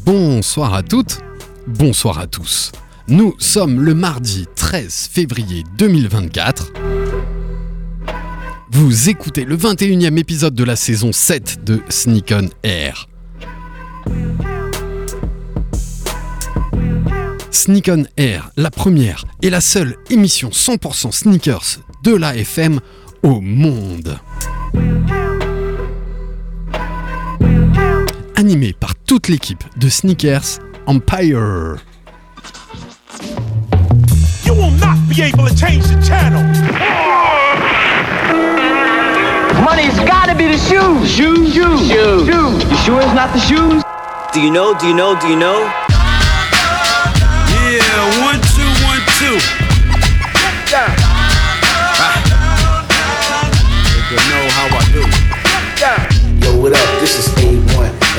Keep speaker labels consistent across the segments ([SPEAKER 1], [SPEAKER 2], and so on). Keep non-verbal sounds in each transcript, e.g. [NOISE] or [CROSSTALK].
[SPEAKER 1] Bonsoir à toutes, bonsoir à tous. Nous sommes le mardi 13 février 2024. Vous écoutez le 21e épisode de la saison 7 de Sneak On Air. Sneak On Air, la première et la seule émission 100% sneakers de la FM au monde. Animée par toute l'équipe de Sneakers Empire.
[SPEAKER 2] You will not be able to change the channel.
[SPEAKER 3] Money's gotta be the shoes. Shoes, shoes, shoes. shoes. You sure it's not the shoes?
[SPEAKER 4] Do you know? Do you know? Do you know?
[SPEAKER 5] Yeah, one, two, one, two. Nigga know how I do.
[SPEAKER 6] Yo, what up? This is A1,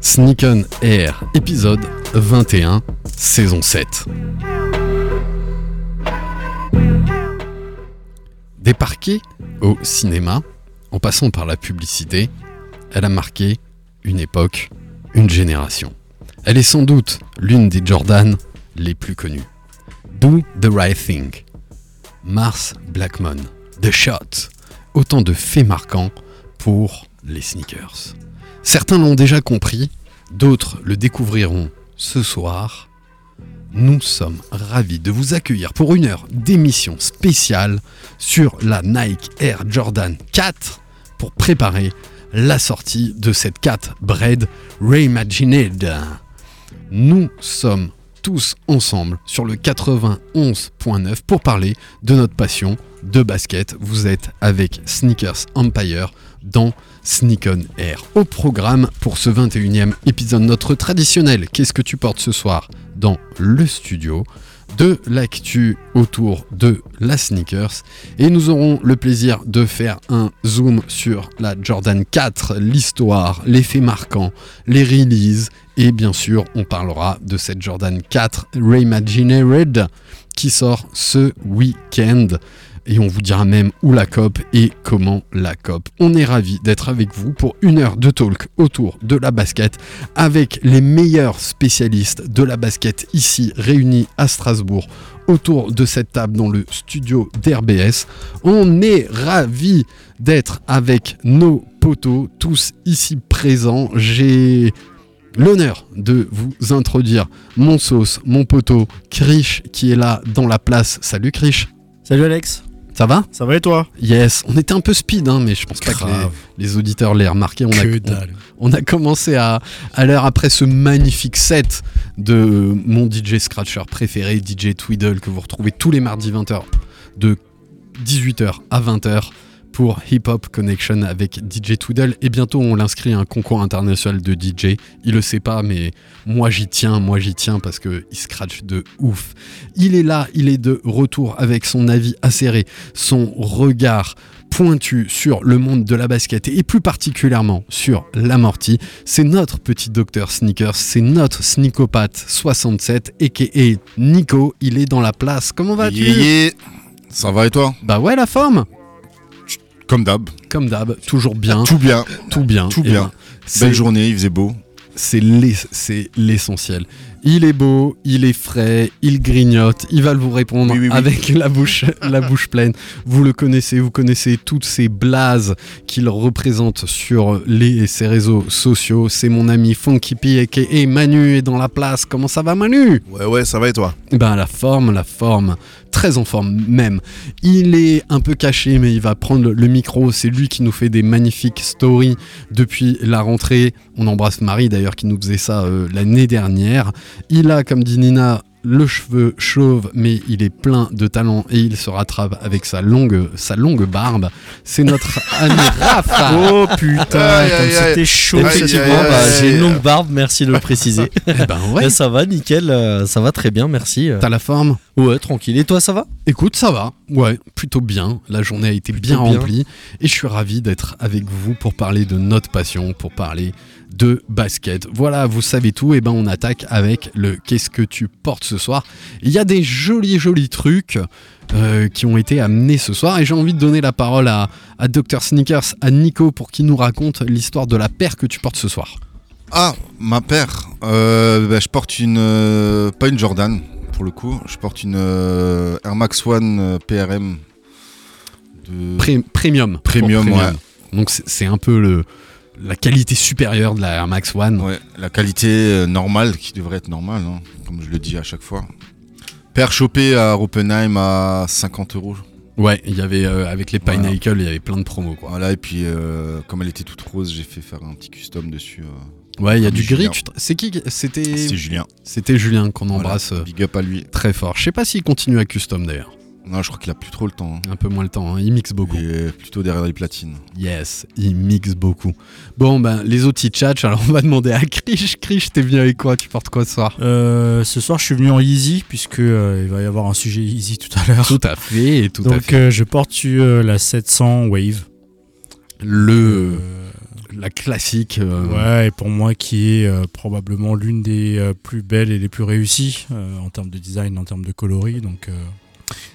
[SPEAKER 1] Sneak On Air, épisode 21, saison 7. Des parquets au cinéma, en passant par la publicité, elle a marqué une époque, une génération. Elle est sans doute l'une des Jordan les plus connues. Do the Right Thing, Mars Blackmon, The Shot, autant de faits marquants pour les sneakers. Certains l'ont déjà compris, d'autres le découvriront ce soir. Nous sommes ravis de vous accueillir pour une heure d'émission spéciale sur la Nike Air Jordan 4 pour préparer la sortie de cette 4 Bread Reimagined. Nous sommes tous ensemble sur le 91.9 pour parler de notre passion de basket. Vous êtes avec Sneakers Empire dans Sneak On Air. Au programme pour ce 21e épisode, notre traditionnel Qu'est-ce que tu portes ce soir dans le studio de l'actu autour de la sneakers et nous aurons le plaisir de faire un zoom sur la Jordan 4, l'histoire, les faits marquants, les releases et bien sûr on parlera de cette Jordan 4 Reimagined qui sort ce week-end et on vous dira même où la COP et comment la COP. On est ravi d'être avec vous pour une heure de talk autour de la basket avec les meilleurs spécialistes de la basket ici réunis à Strasbourg autour de cette table dans le studio d'RBS. On est ravi d'être avec nos potos tous ici présents. J'ai l'honneur de vous introduire mon sauce, mon poteau Krish qui est là dans la place. Salut Krish.
[SPEAKER 7] Salut Alex,
[SPEAKER 1] Ça va
[SPEAKER 7] ça va et toi
[SPEAKER 1] Yes, on était un peu speed, hein, mais je pense pas que
[SPEAKER 7] Grave.
[SPEAKER 1] les, les auditeurs l'aient remarqué. On a,
[SPEAKER 7] Que
[SPEAKER 1] on-
[SPEAKER 7] dalle.
[SPEAKER 1] on a commencé à, à l'heure après ce magnifique set de mon DJ Scratcher préféré, DJ Tweedle, que vous retrouvez tous les mardis 20h, de 18h à 20h pour Hip Hop Connection avec DJ Tweedle. Et bientôt, on l'inscrit à un concours international de DJ. Il le sait pas, mais moi j'y tiens, moi j'y tiens parce que il scratch de ouf. Il est là, il est de retour avec son avis acéré, son regard pointu sur le monde de la basket et plus particulièrement sur l'amorti. C'est notre petit docteur Sneakers, c'est notre sneakopathe 67 aka Nico, il est dans la place. Comment vas-tu
[SPEAKER 5] Yeah, yeah. Ça va et toi
[SPEAKER 1] Bah ouais la forme
[SPEAKER 5] Comme d'hab.
[SPEAKER 1] Comme d'hab, toujours bien,
[SPEAKER 5] Tout bien.
[SPEAKER 1] tout bien.
[SPEAKER 5] tout
[SPEAKER 1] Eh
[SPEAKER 5] bien.
[SPEAKER 1] ben, c'est-
[SPEAKER 5] Belle journée, il faisait beau.
[SPEAKER 1] c'est l'es- c'est l'essentiel. Il est beau, il est frais, il grignote, il va vous répondre
[SPEAKER 5] Oui, oui, oui.
[SPEAKER 1] avec la bouche, [LAUGHS] la bouche pleine. Vous le connaissez, vous connaissez toutes ces blases qu'il représente sur les ses réseaux sociaux. C'est mon ami Funky P aka Manu est dans la place. Comment ça va Manu
[SPEAKER 8] Ouais, ouais, ça va et toi
[SPEAKER 1] Ben la forme, la forme, très en forme même. Il est un peu caché mais il va prendre le micro, c'est lui qui nous fait des magnifiques stories depuis la rentrée. On embrasse Marie d'ailleurs qui nous faisait ça euh, l'année dernière. Il a, comme dit Nina, le cheveu chauve, mais il est plein de talent et il se rattrape avec sa longue, sa longue barbe. C'est
[SPEAKER 5] [LAUGHS]
[SPEAKER 1] notre ami Rafa.
[SPEAKER 7] Oh putain,
[SPEAKER 5] Aïe,
[SPEAKER 7] comme
[SPEAKER 5] aïe, aïe.
[SPEAKER 7] c'était chaud.
[SPEAKER 5] Aïe,
[SPEAKER 7] Effectivement,
[SPEAKER 5] aïe,
[SPEAKER 7] bah,
[SPEAKER 5] aïe.
[SPEAKER 7] j'ai une longue barbe, merci de le [LAUGHS] préciser.
[SPEAKER 1] Eh ben ouais,
[SPEAKER 7] Mais ça va, nickel, euh, ça va très bien, merci. euh.
[SPEAKER 1] t'as la forme.
[SPEAKER 7] Ouais, tranquille. Et toi, ça va
[SPEAKER 1] Écoute, ça va. Ouais, plutôt bien. La journée a été bien
[SPEAKER 7] Plutôt bien.
[SPEAKER 1] remplie et je suis ravi d'être avec vous pour parler de notre passion, pour parler de basket. Voilà, vous savez tout. Et ben, on attaque avec le qu'est-ce que tu portes ce soir. Il y a des jolis, jolis trucs euh, qui ont été amenés ce soir et j'ai envie de donner la parole à, à Dr Sneakers, à Nico pour qu'il nous raconte l'histoire de la paire que tu portes ce soir.
[SPEAKER 5] Ah, ma paire. Euh, bah, je porte une. euh, pas une Jordan, pour le coup. Je porte une euh, Air Max One euh, PRM. De...
[SPEAKER 1] Pré- premium.
[SPEAKER 5] Premium,
[SPEAKER 1] Pour
[SPEAKER 5] ouais.
[SPEAKER 1] Donc c'est c'est un peu le la qualité supérieure de la Air Max One.
[SPEAKER 5] Ouais, la qualité euh, normale qui devrait être normale, hein, comme je le dis à chaque fois. Paire chopée à Oppenheim à 50 euros.
[SPEAKER 1] Ouais, il y avait euh, avec les
[SPEAKER 5] Voilà.
[SPEAKER 1] Pineapple, il y avait plein de promos quoi.
[SPEAKER 5] Voilà, et puis euh, comme elle était toute rose, j'ai fait faire un petit custom dessus. euh.
[SPEAKER 1] Ouais, il y a du
[SPEAKER 5] Julien.
[SPEAKER 1] gris. tu te- Ah, C'est qui C'était
[SPEAKER 9] Ah,
[SPEAKER 5] C'est Julien.
[SPEAKER 1] c'était Julien qu'on
[SPEAKER 5] Voilà,
[SPEAKER 1] embrasse euh,
[SPEAKER 5] Big up à lui.
[SPEAKER 1] très fort. Je sais pas s'il continue à custom d'ailleurs.
[SPEAKER 5] Non, je crois qu'il a plus trop le temps. hein.
[SPEAKER 1] Un peu moins le temps, hein. il mixe beaucoup.
[SPEAKER 5] Il est plutôt derrière les platines.
[SPEAKER 1] Yes, il mixe beaucoup. Bon ben les autres ils tchatchent, alors [LAUGHS] on va demander à Krish, Krish, t'es venu avec quoi Tu portes quoi ce soir
[SPEAKER 8] Euh, ce soir, je suis venu en easy puisque euh, il va y avoir un sujet easy tout à l'heure.
[SPEAKER 1] Tout à fait, tout à
[SPEAKER 8] Donc,
[SPEAKER 1] fait.
[SPEAKER 8] euh, je porte euh, la 700 Wave.
[SPEAKER 1] Le
[SPEAKER 8] Euh,
[SPEAKER 1] la classique euh,
[SPEAKER 8] ouais, et pour moi, qui est euh, probablement l'une des euh, plus belles et les plus réussies euh, en termes de design, en termes de coloris. Donc, euh,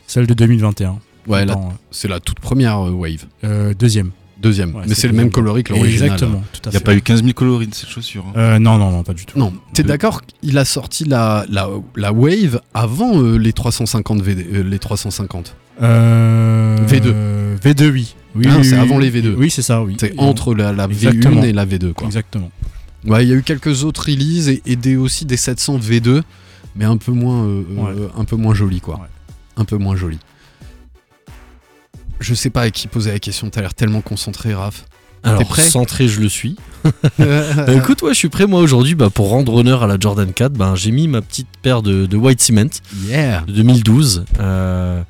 [SPEAKER 8] celle de 2021.
[SPEAKER 1] ouais, la-
[SPEAKER 8] Attends,
[SPEAKER 1] c'est la toute première euh, wave.
[SPEAKER 8] euh, deuxième.
[SPEAKER 1] Deuxième.
[SPEAKER 8] Ouais,
[SPEAKER 1] Mais
[SPEAKER 8] c'est
[SPEAKER 1] c'est le
[SPEAKER 8] le
[SPEAKER 1] même
[SPEAKER 8] deuxième.
[SPEAKER 1] coloris que l'original.
[SPEAKER 8] Exactement, tout à
[SPEAKER 5] Il n'y
[SPEAKER 8] fait.
[SPEAKER 5] a pas eu 15 000 coloris de cette chaussure. hein.
[SPEAKER 8] Euh, non, non, non, pas du tout.
[SPEAKER 1] Non, t'es
[SPEAKER 5] De-
[SPEAKER 1] d'accord qu'il a sorti la, la, la Wave avant euh, les 350 VD, euh, les 350.
[SPEAKER 8] Euh,
[SPEAKER 1] V2.
[SPEAKER 8] V2, oui. oui
[SPEAKER 1] Ah,
[SPEAKER 8] oui,
[SPEAKER 1] c'est
[SPEAKER 8] oui,
[SPEAKER 1] avant
[SPEAKER 8] oui.
[SPEAKER 1] les V2.
[SPEAKER 8] Oui, c'est ça, oui.
[SPEAKER 1] C'est
[SPEAKER 8] Et
[SPEAKER 1] entre la, la
[SPEAKER 8] Exactement.
[SPEAKER 1] V1 et la V2 quoi.
[SPEAKER 8] Exactement. [LAUGHS]
[SPEAKER 1] Ouais, il y a eu quelques autres releases et, et des, aussi des 700 V2, mais un peu moins, euh, euh, un peu moins joli quoi.
[SPEAKER 8] Ouais.
[SPEAKER 1] Un peu moins joli. Je sais pas à qui poser la question. T'as l'air tellement concentré,
[SPEAKER 8] [LAUGHS]
[SPEAKER 1] Raph. [LAUGHS]
[SPEAKER 7] Alors,
[SPEAKER 1] prêt
[SPEAKER 7] centré, je le suis. Bah, écoute, ouais, je suis prêt, moi, aujourd'hui, bah, pour rendre honneur à la Jordan 4, bah, j'ai mis ma petite paire de, de White Cement
[SPEAKER 1] yeah.
[SPEAKER 7] de 2012. Euh,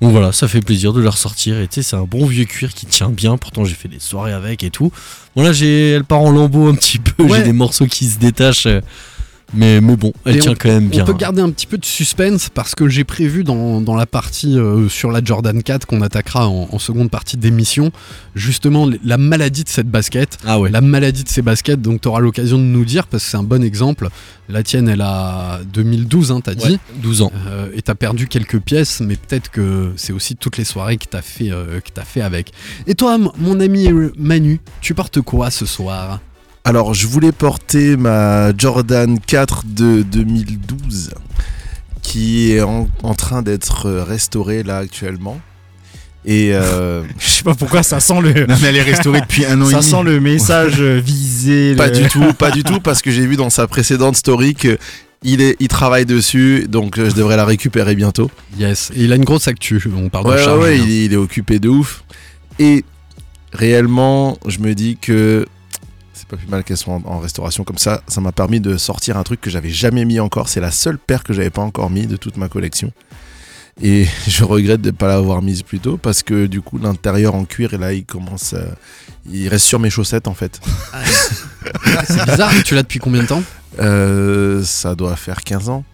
[SPEAKER 7] donc voilà, ça fait plaisir de la ressortir. Et tu sais, c'est un bon vieux cuir qui tient bien. Pourtant, j'ai fait des soirées avec et tout. Bon, là, j'ai, elle part en lambeaux un petit peu.
[SPEAKER 1] Ouais.
[SPEAKER 7] J'ai des morceaux qui se détachent. euh, Mais, mais bon, elle
[SPEAKER 1] Et
[SPEAKER 7] tient quand même bien. hein.
[SPEAKER 1] On peut garder un petit peu de suspense parce que j'ai prévu dans, dans la partie euh, sur la Jordan 4 qu'on attaquera en, en seconde partie d'émission, justement l- la maladie de cette basket.
[SPEAKER 7] Ah ouais.
[SPEAKER 1] La maladie de ces baskets, donc tu auras l'occasion de nous dire parce que c'est un bon exemple. La tienne, elle a 2012, hein, t'as dit,
[SPEAKER 7] Ouais, 12 ans.
[SPEAKER 1] Euh, et t'as perdu quelques pièces, mais peut-être que c'est aussi toutes les soirées que t'as fait, euh, que t'as fait avec. Et toi, m- mon ami euh, Manu, tu portes quoi ce soir
[SPEAKER 9] Alors, je voulais porter ma Jordan 4 de 2012 qui est en, en train d'être euh, restaurée là actuellement. Et
[SPEAKER 5] [LAUGHS]
[SPEAKER 9] euh,
[SPEAKER 8] Je sais pas pourquoi ça sent le.
[SPEAKER 1] [LAUGHS]
[SPEAKER 5] Non, mais elle est restaurée depuis un an et
[SPEAKER 8] Ça
[SPEAKER 5] demi.
[SPEAKER 8] sent le message euh, visé.
[SPEAKER 9] pas
[SPEAKER 8] le-
[SPEAKER 9] du tout, pas du tout, parce que j'ai vu dans sa précédente story que il, est, il travaille dessus, donc euh, je devrais la récupérer bientôt.
[SPEAKER 1] Yes, et il a une grosse actu, on parle de
[SPEAKER 9] Ouais, ouais,
[SPEAKER 1] charge.
[SPEAKER 9] ouais,
[SPEAKER 1] hein.
[SPEAKER 9] il, est- il est occupé de ouf. Et réellement, je me dis que c'est pas plus mal qu'elle soit en, en restauration comme ça. Ça m'a permis de sortir un truc que j'avais jamais mis encore. C'est la seule paire que j'avais pas encore mis de toute ma collection. Et [LAUGHS] je regrette de ne pas l'avoir mise plus tôt parce que du coup, l'intérieur en cuir, et là, il commence. à- il reste sur mes chaussettes en fait.
[SPEAKER 1] C'est bizarre, tu l'as depuis combien de temps
[SPEAKER 9] Euh, ça doit faire 15 ans.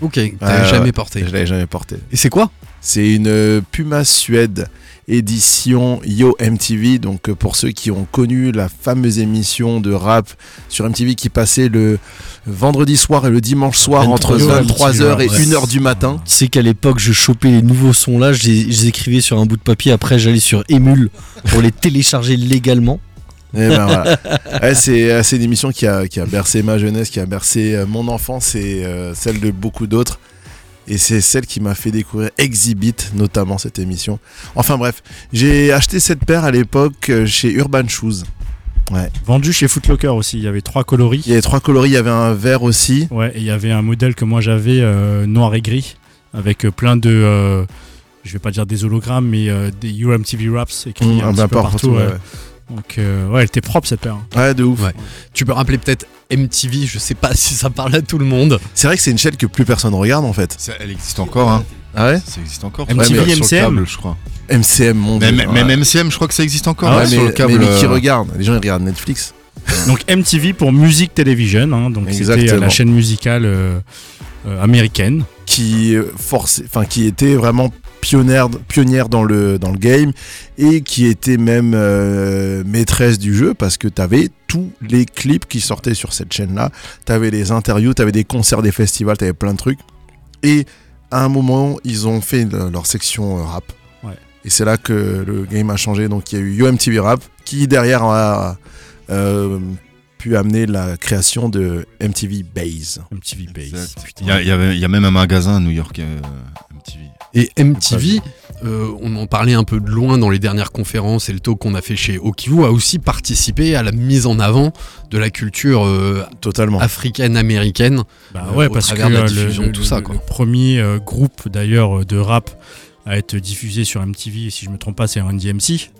[SPEAKER 1] Ok, t'as
[SPEAKER 9] ouais,
[SPEAKER 1] jamais
[SPEAKER 9] ouais.
[SPEAKER 1] porté.
[SPEAKER 9] Je l'avais jamais porté.
[SPEAKER 1] Et c'est quoi
[SPEAKER 9] C'est une euh, Puma Suède édition Yo MTV. Donc euh, pour ceux qui ont connu la fameuse émission de rap sur MTV qui passait le vendredi soir et le dimanche soir entre
[SPEAKER 7] 23h,
[SPEAKER 9] 23h et
[SPEAKER 7] ouais.
[SPEAKER 9] 1h du matin.
[SPEAKER 7] Tu sais qu'à l'époque, je chopais les nouveaux sons là, je les, je les écrivais sur un bout de papier. Après, j'allais sur Emule pour les télécharger légalement.
[SPEAKER 9] Eh ben voilà. Ouais, c'est euh, c'est une émission qui a, qui a bercé ma jeunesse, qui a bercé euh, mon enfance et euh, celle de beaucoup d'autres. Et c'est celle qui m'a fait découvrir Exhibit, notamment cette émission. Enfin bref, j'ai acheté cette paire à l'époque euh, chez Urban Shoes.
[SPEAKER 8] Vendu chez Footlocker aussi. Il y avait trois
[SPEAKER 9] Il
[SPEAKER 8] coloris.
[SPEAKER 9] y avait trois coloris, il y avait un vert aussi.
[SPEAKER 8] Ouais, et il y avait un modèle que moi j'avais euh, noir et gris avec euh, plein de. euh, je vais pas dire des hologrammes, mais euh, des UMTV raps écrits
[SPEAKER 9] Mmh,
[SPEAKER 8] un
[SPEAKER 9] un
[SPEAKER 8] petit
[SPEAKER 9] peu
[SPEAKER 8] peu partout. ouais.
[SPEAKER 9] ouais.
[SPEAKER 8] Donc, euh, ouais, elle était propre cette paire. hein.
[SPEAKER 9] Ouais, de ouf.
[SPEAKER 1] Ouais. Tu peux rappeler peut-être MTV, je sais pas [LAUGHS] si ça parle à tout le monde.
[SPEAKER 9] C'est vrai que c'est une chaîne que plus personne regarde en fait.
[SPEAKER 5] Ça- elle existe encore, hein.
[SPEAKER 9] Ah ouais
[SPEAKER 5] Ça existe encore.
[SPEAKER 8] MTV,
[SPEAKER 5] sur le
[SPEAKER 8] MCM.
[SPEAKER 5] câble, je crois.
[SPEAKER 9] MCM, mon
[SPEAKER 5] Mais-
[SPEAKER 9] dieu.
[SPEAKER 5] mais-
[SPEAKER 9] Ouais.
[SPEAKER 5] Même MCM, je crois que ça existe encore.
[SPEAKER 9] Ah ouais,
[SPEAKER 5] hein,
[SPEAKER 9] mais,
[SPEAKER 5] sur le câble.
[SPEAKER 9] mais qui
[SPEAKER 5] euh,
[SPEAKER 9] regarde Les gens ils regardent Netflix.
[SPEAKER 8] Donc MTV pour Music Television, hein, donc c'était euh,
[SPEAKER 9] Exactement.
[SPEAKER 8] la chaîne musicale euh, euh, américaine.
[SPEAKER 9] qui euh, forçait- enfin qui était vraiment pionnière, pionnière dans le dans le game et qui était même euh, maîtresse du jeu parce que t'avais tous les clips qui sortaient sur cette chaîne là, t'avais les interviews, t'avais des concerts, des festivals, t'avais plein de trucs et à un moment ils ont fait le- leur section euh, rap.
[SPEAKER 8] Ouais.
[SPEAKER 9] Et c'est là que le game a changé donc il y a eu YoMTV Rap qui derrière a euh, pu amener la création de MTV Base.
[SPEAKER 8] MTV Base.
[SPEAKER 5] Exact. Il y, a- il y avait- il y a même un magasin à New York, euh, MTV.
[SPEAKER 1] Et MTV, euh, on en parlait un peu de loin dans les dernières conférences et le talk qu'on a fait chez Okivu a aussi participé à la mise en avant de la culture euh,
[SPEAKER 9] Totalement.
[SPEAKER 1] africaine-américaine.
[SPEAKER 8] Bah
[SPEAKER 1] Euh,
[SPEAKER 8] ouais,
[SPEAKER 1] au
[SPEAKER 8] parce que
[SPEAKER 1] travers de la
[SPEAKER 8] euh,
[SPEAKER 1] diffusion
[SPEAKER 8] le,
[SPEAKER 1] de tout
[SPEAKER 8] le-
[SPEAKER 1] ça,
[SPEAKER 8] le
[SPEAKER 1] quoi.
[SPEAKER 8] premier euh, groupe d'ailleurs euh, de rap à être diffusé sur MTV, si je me trompe pas, c'est NDMC.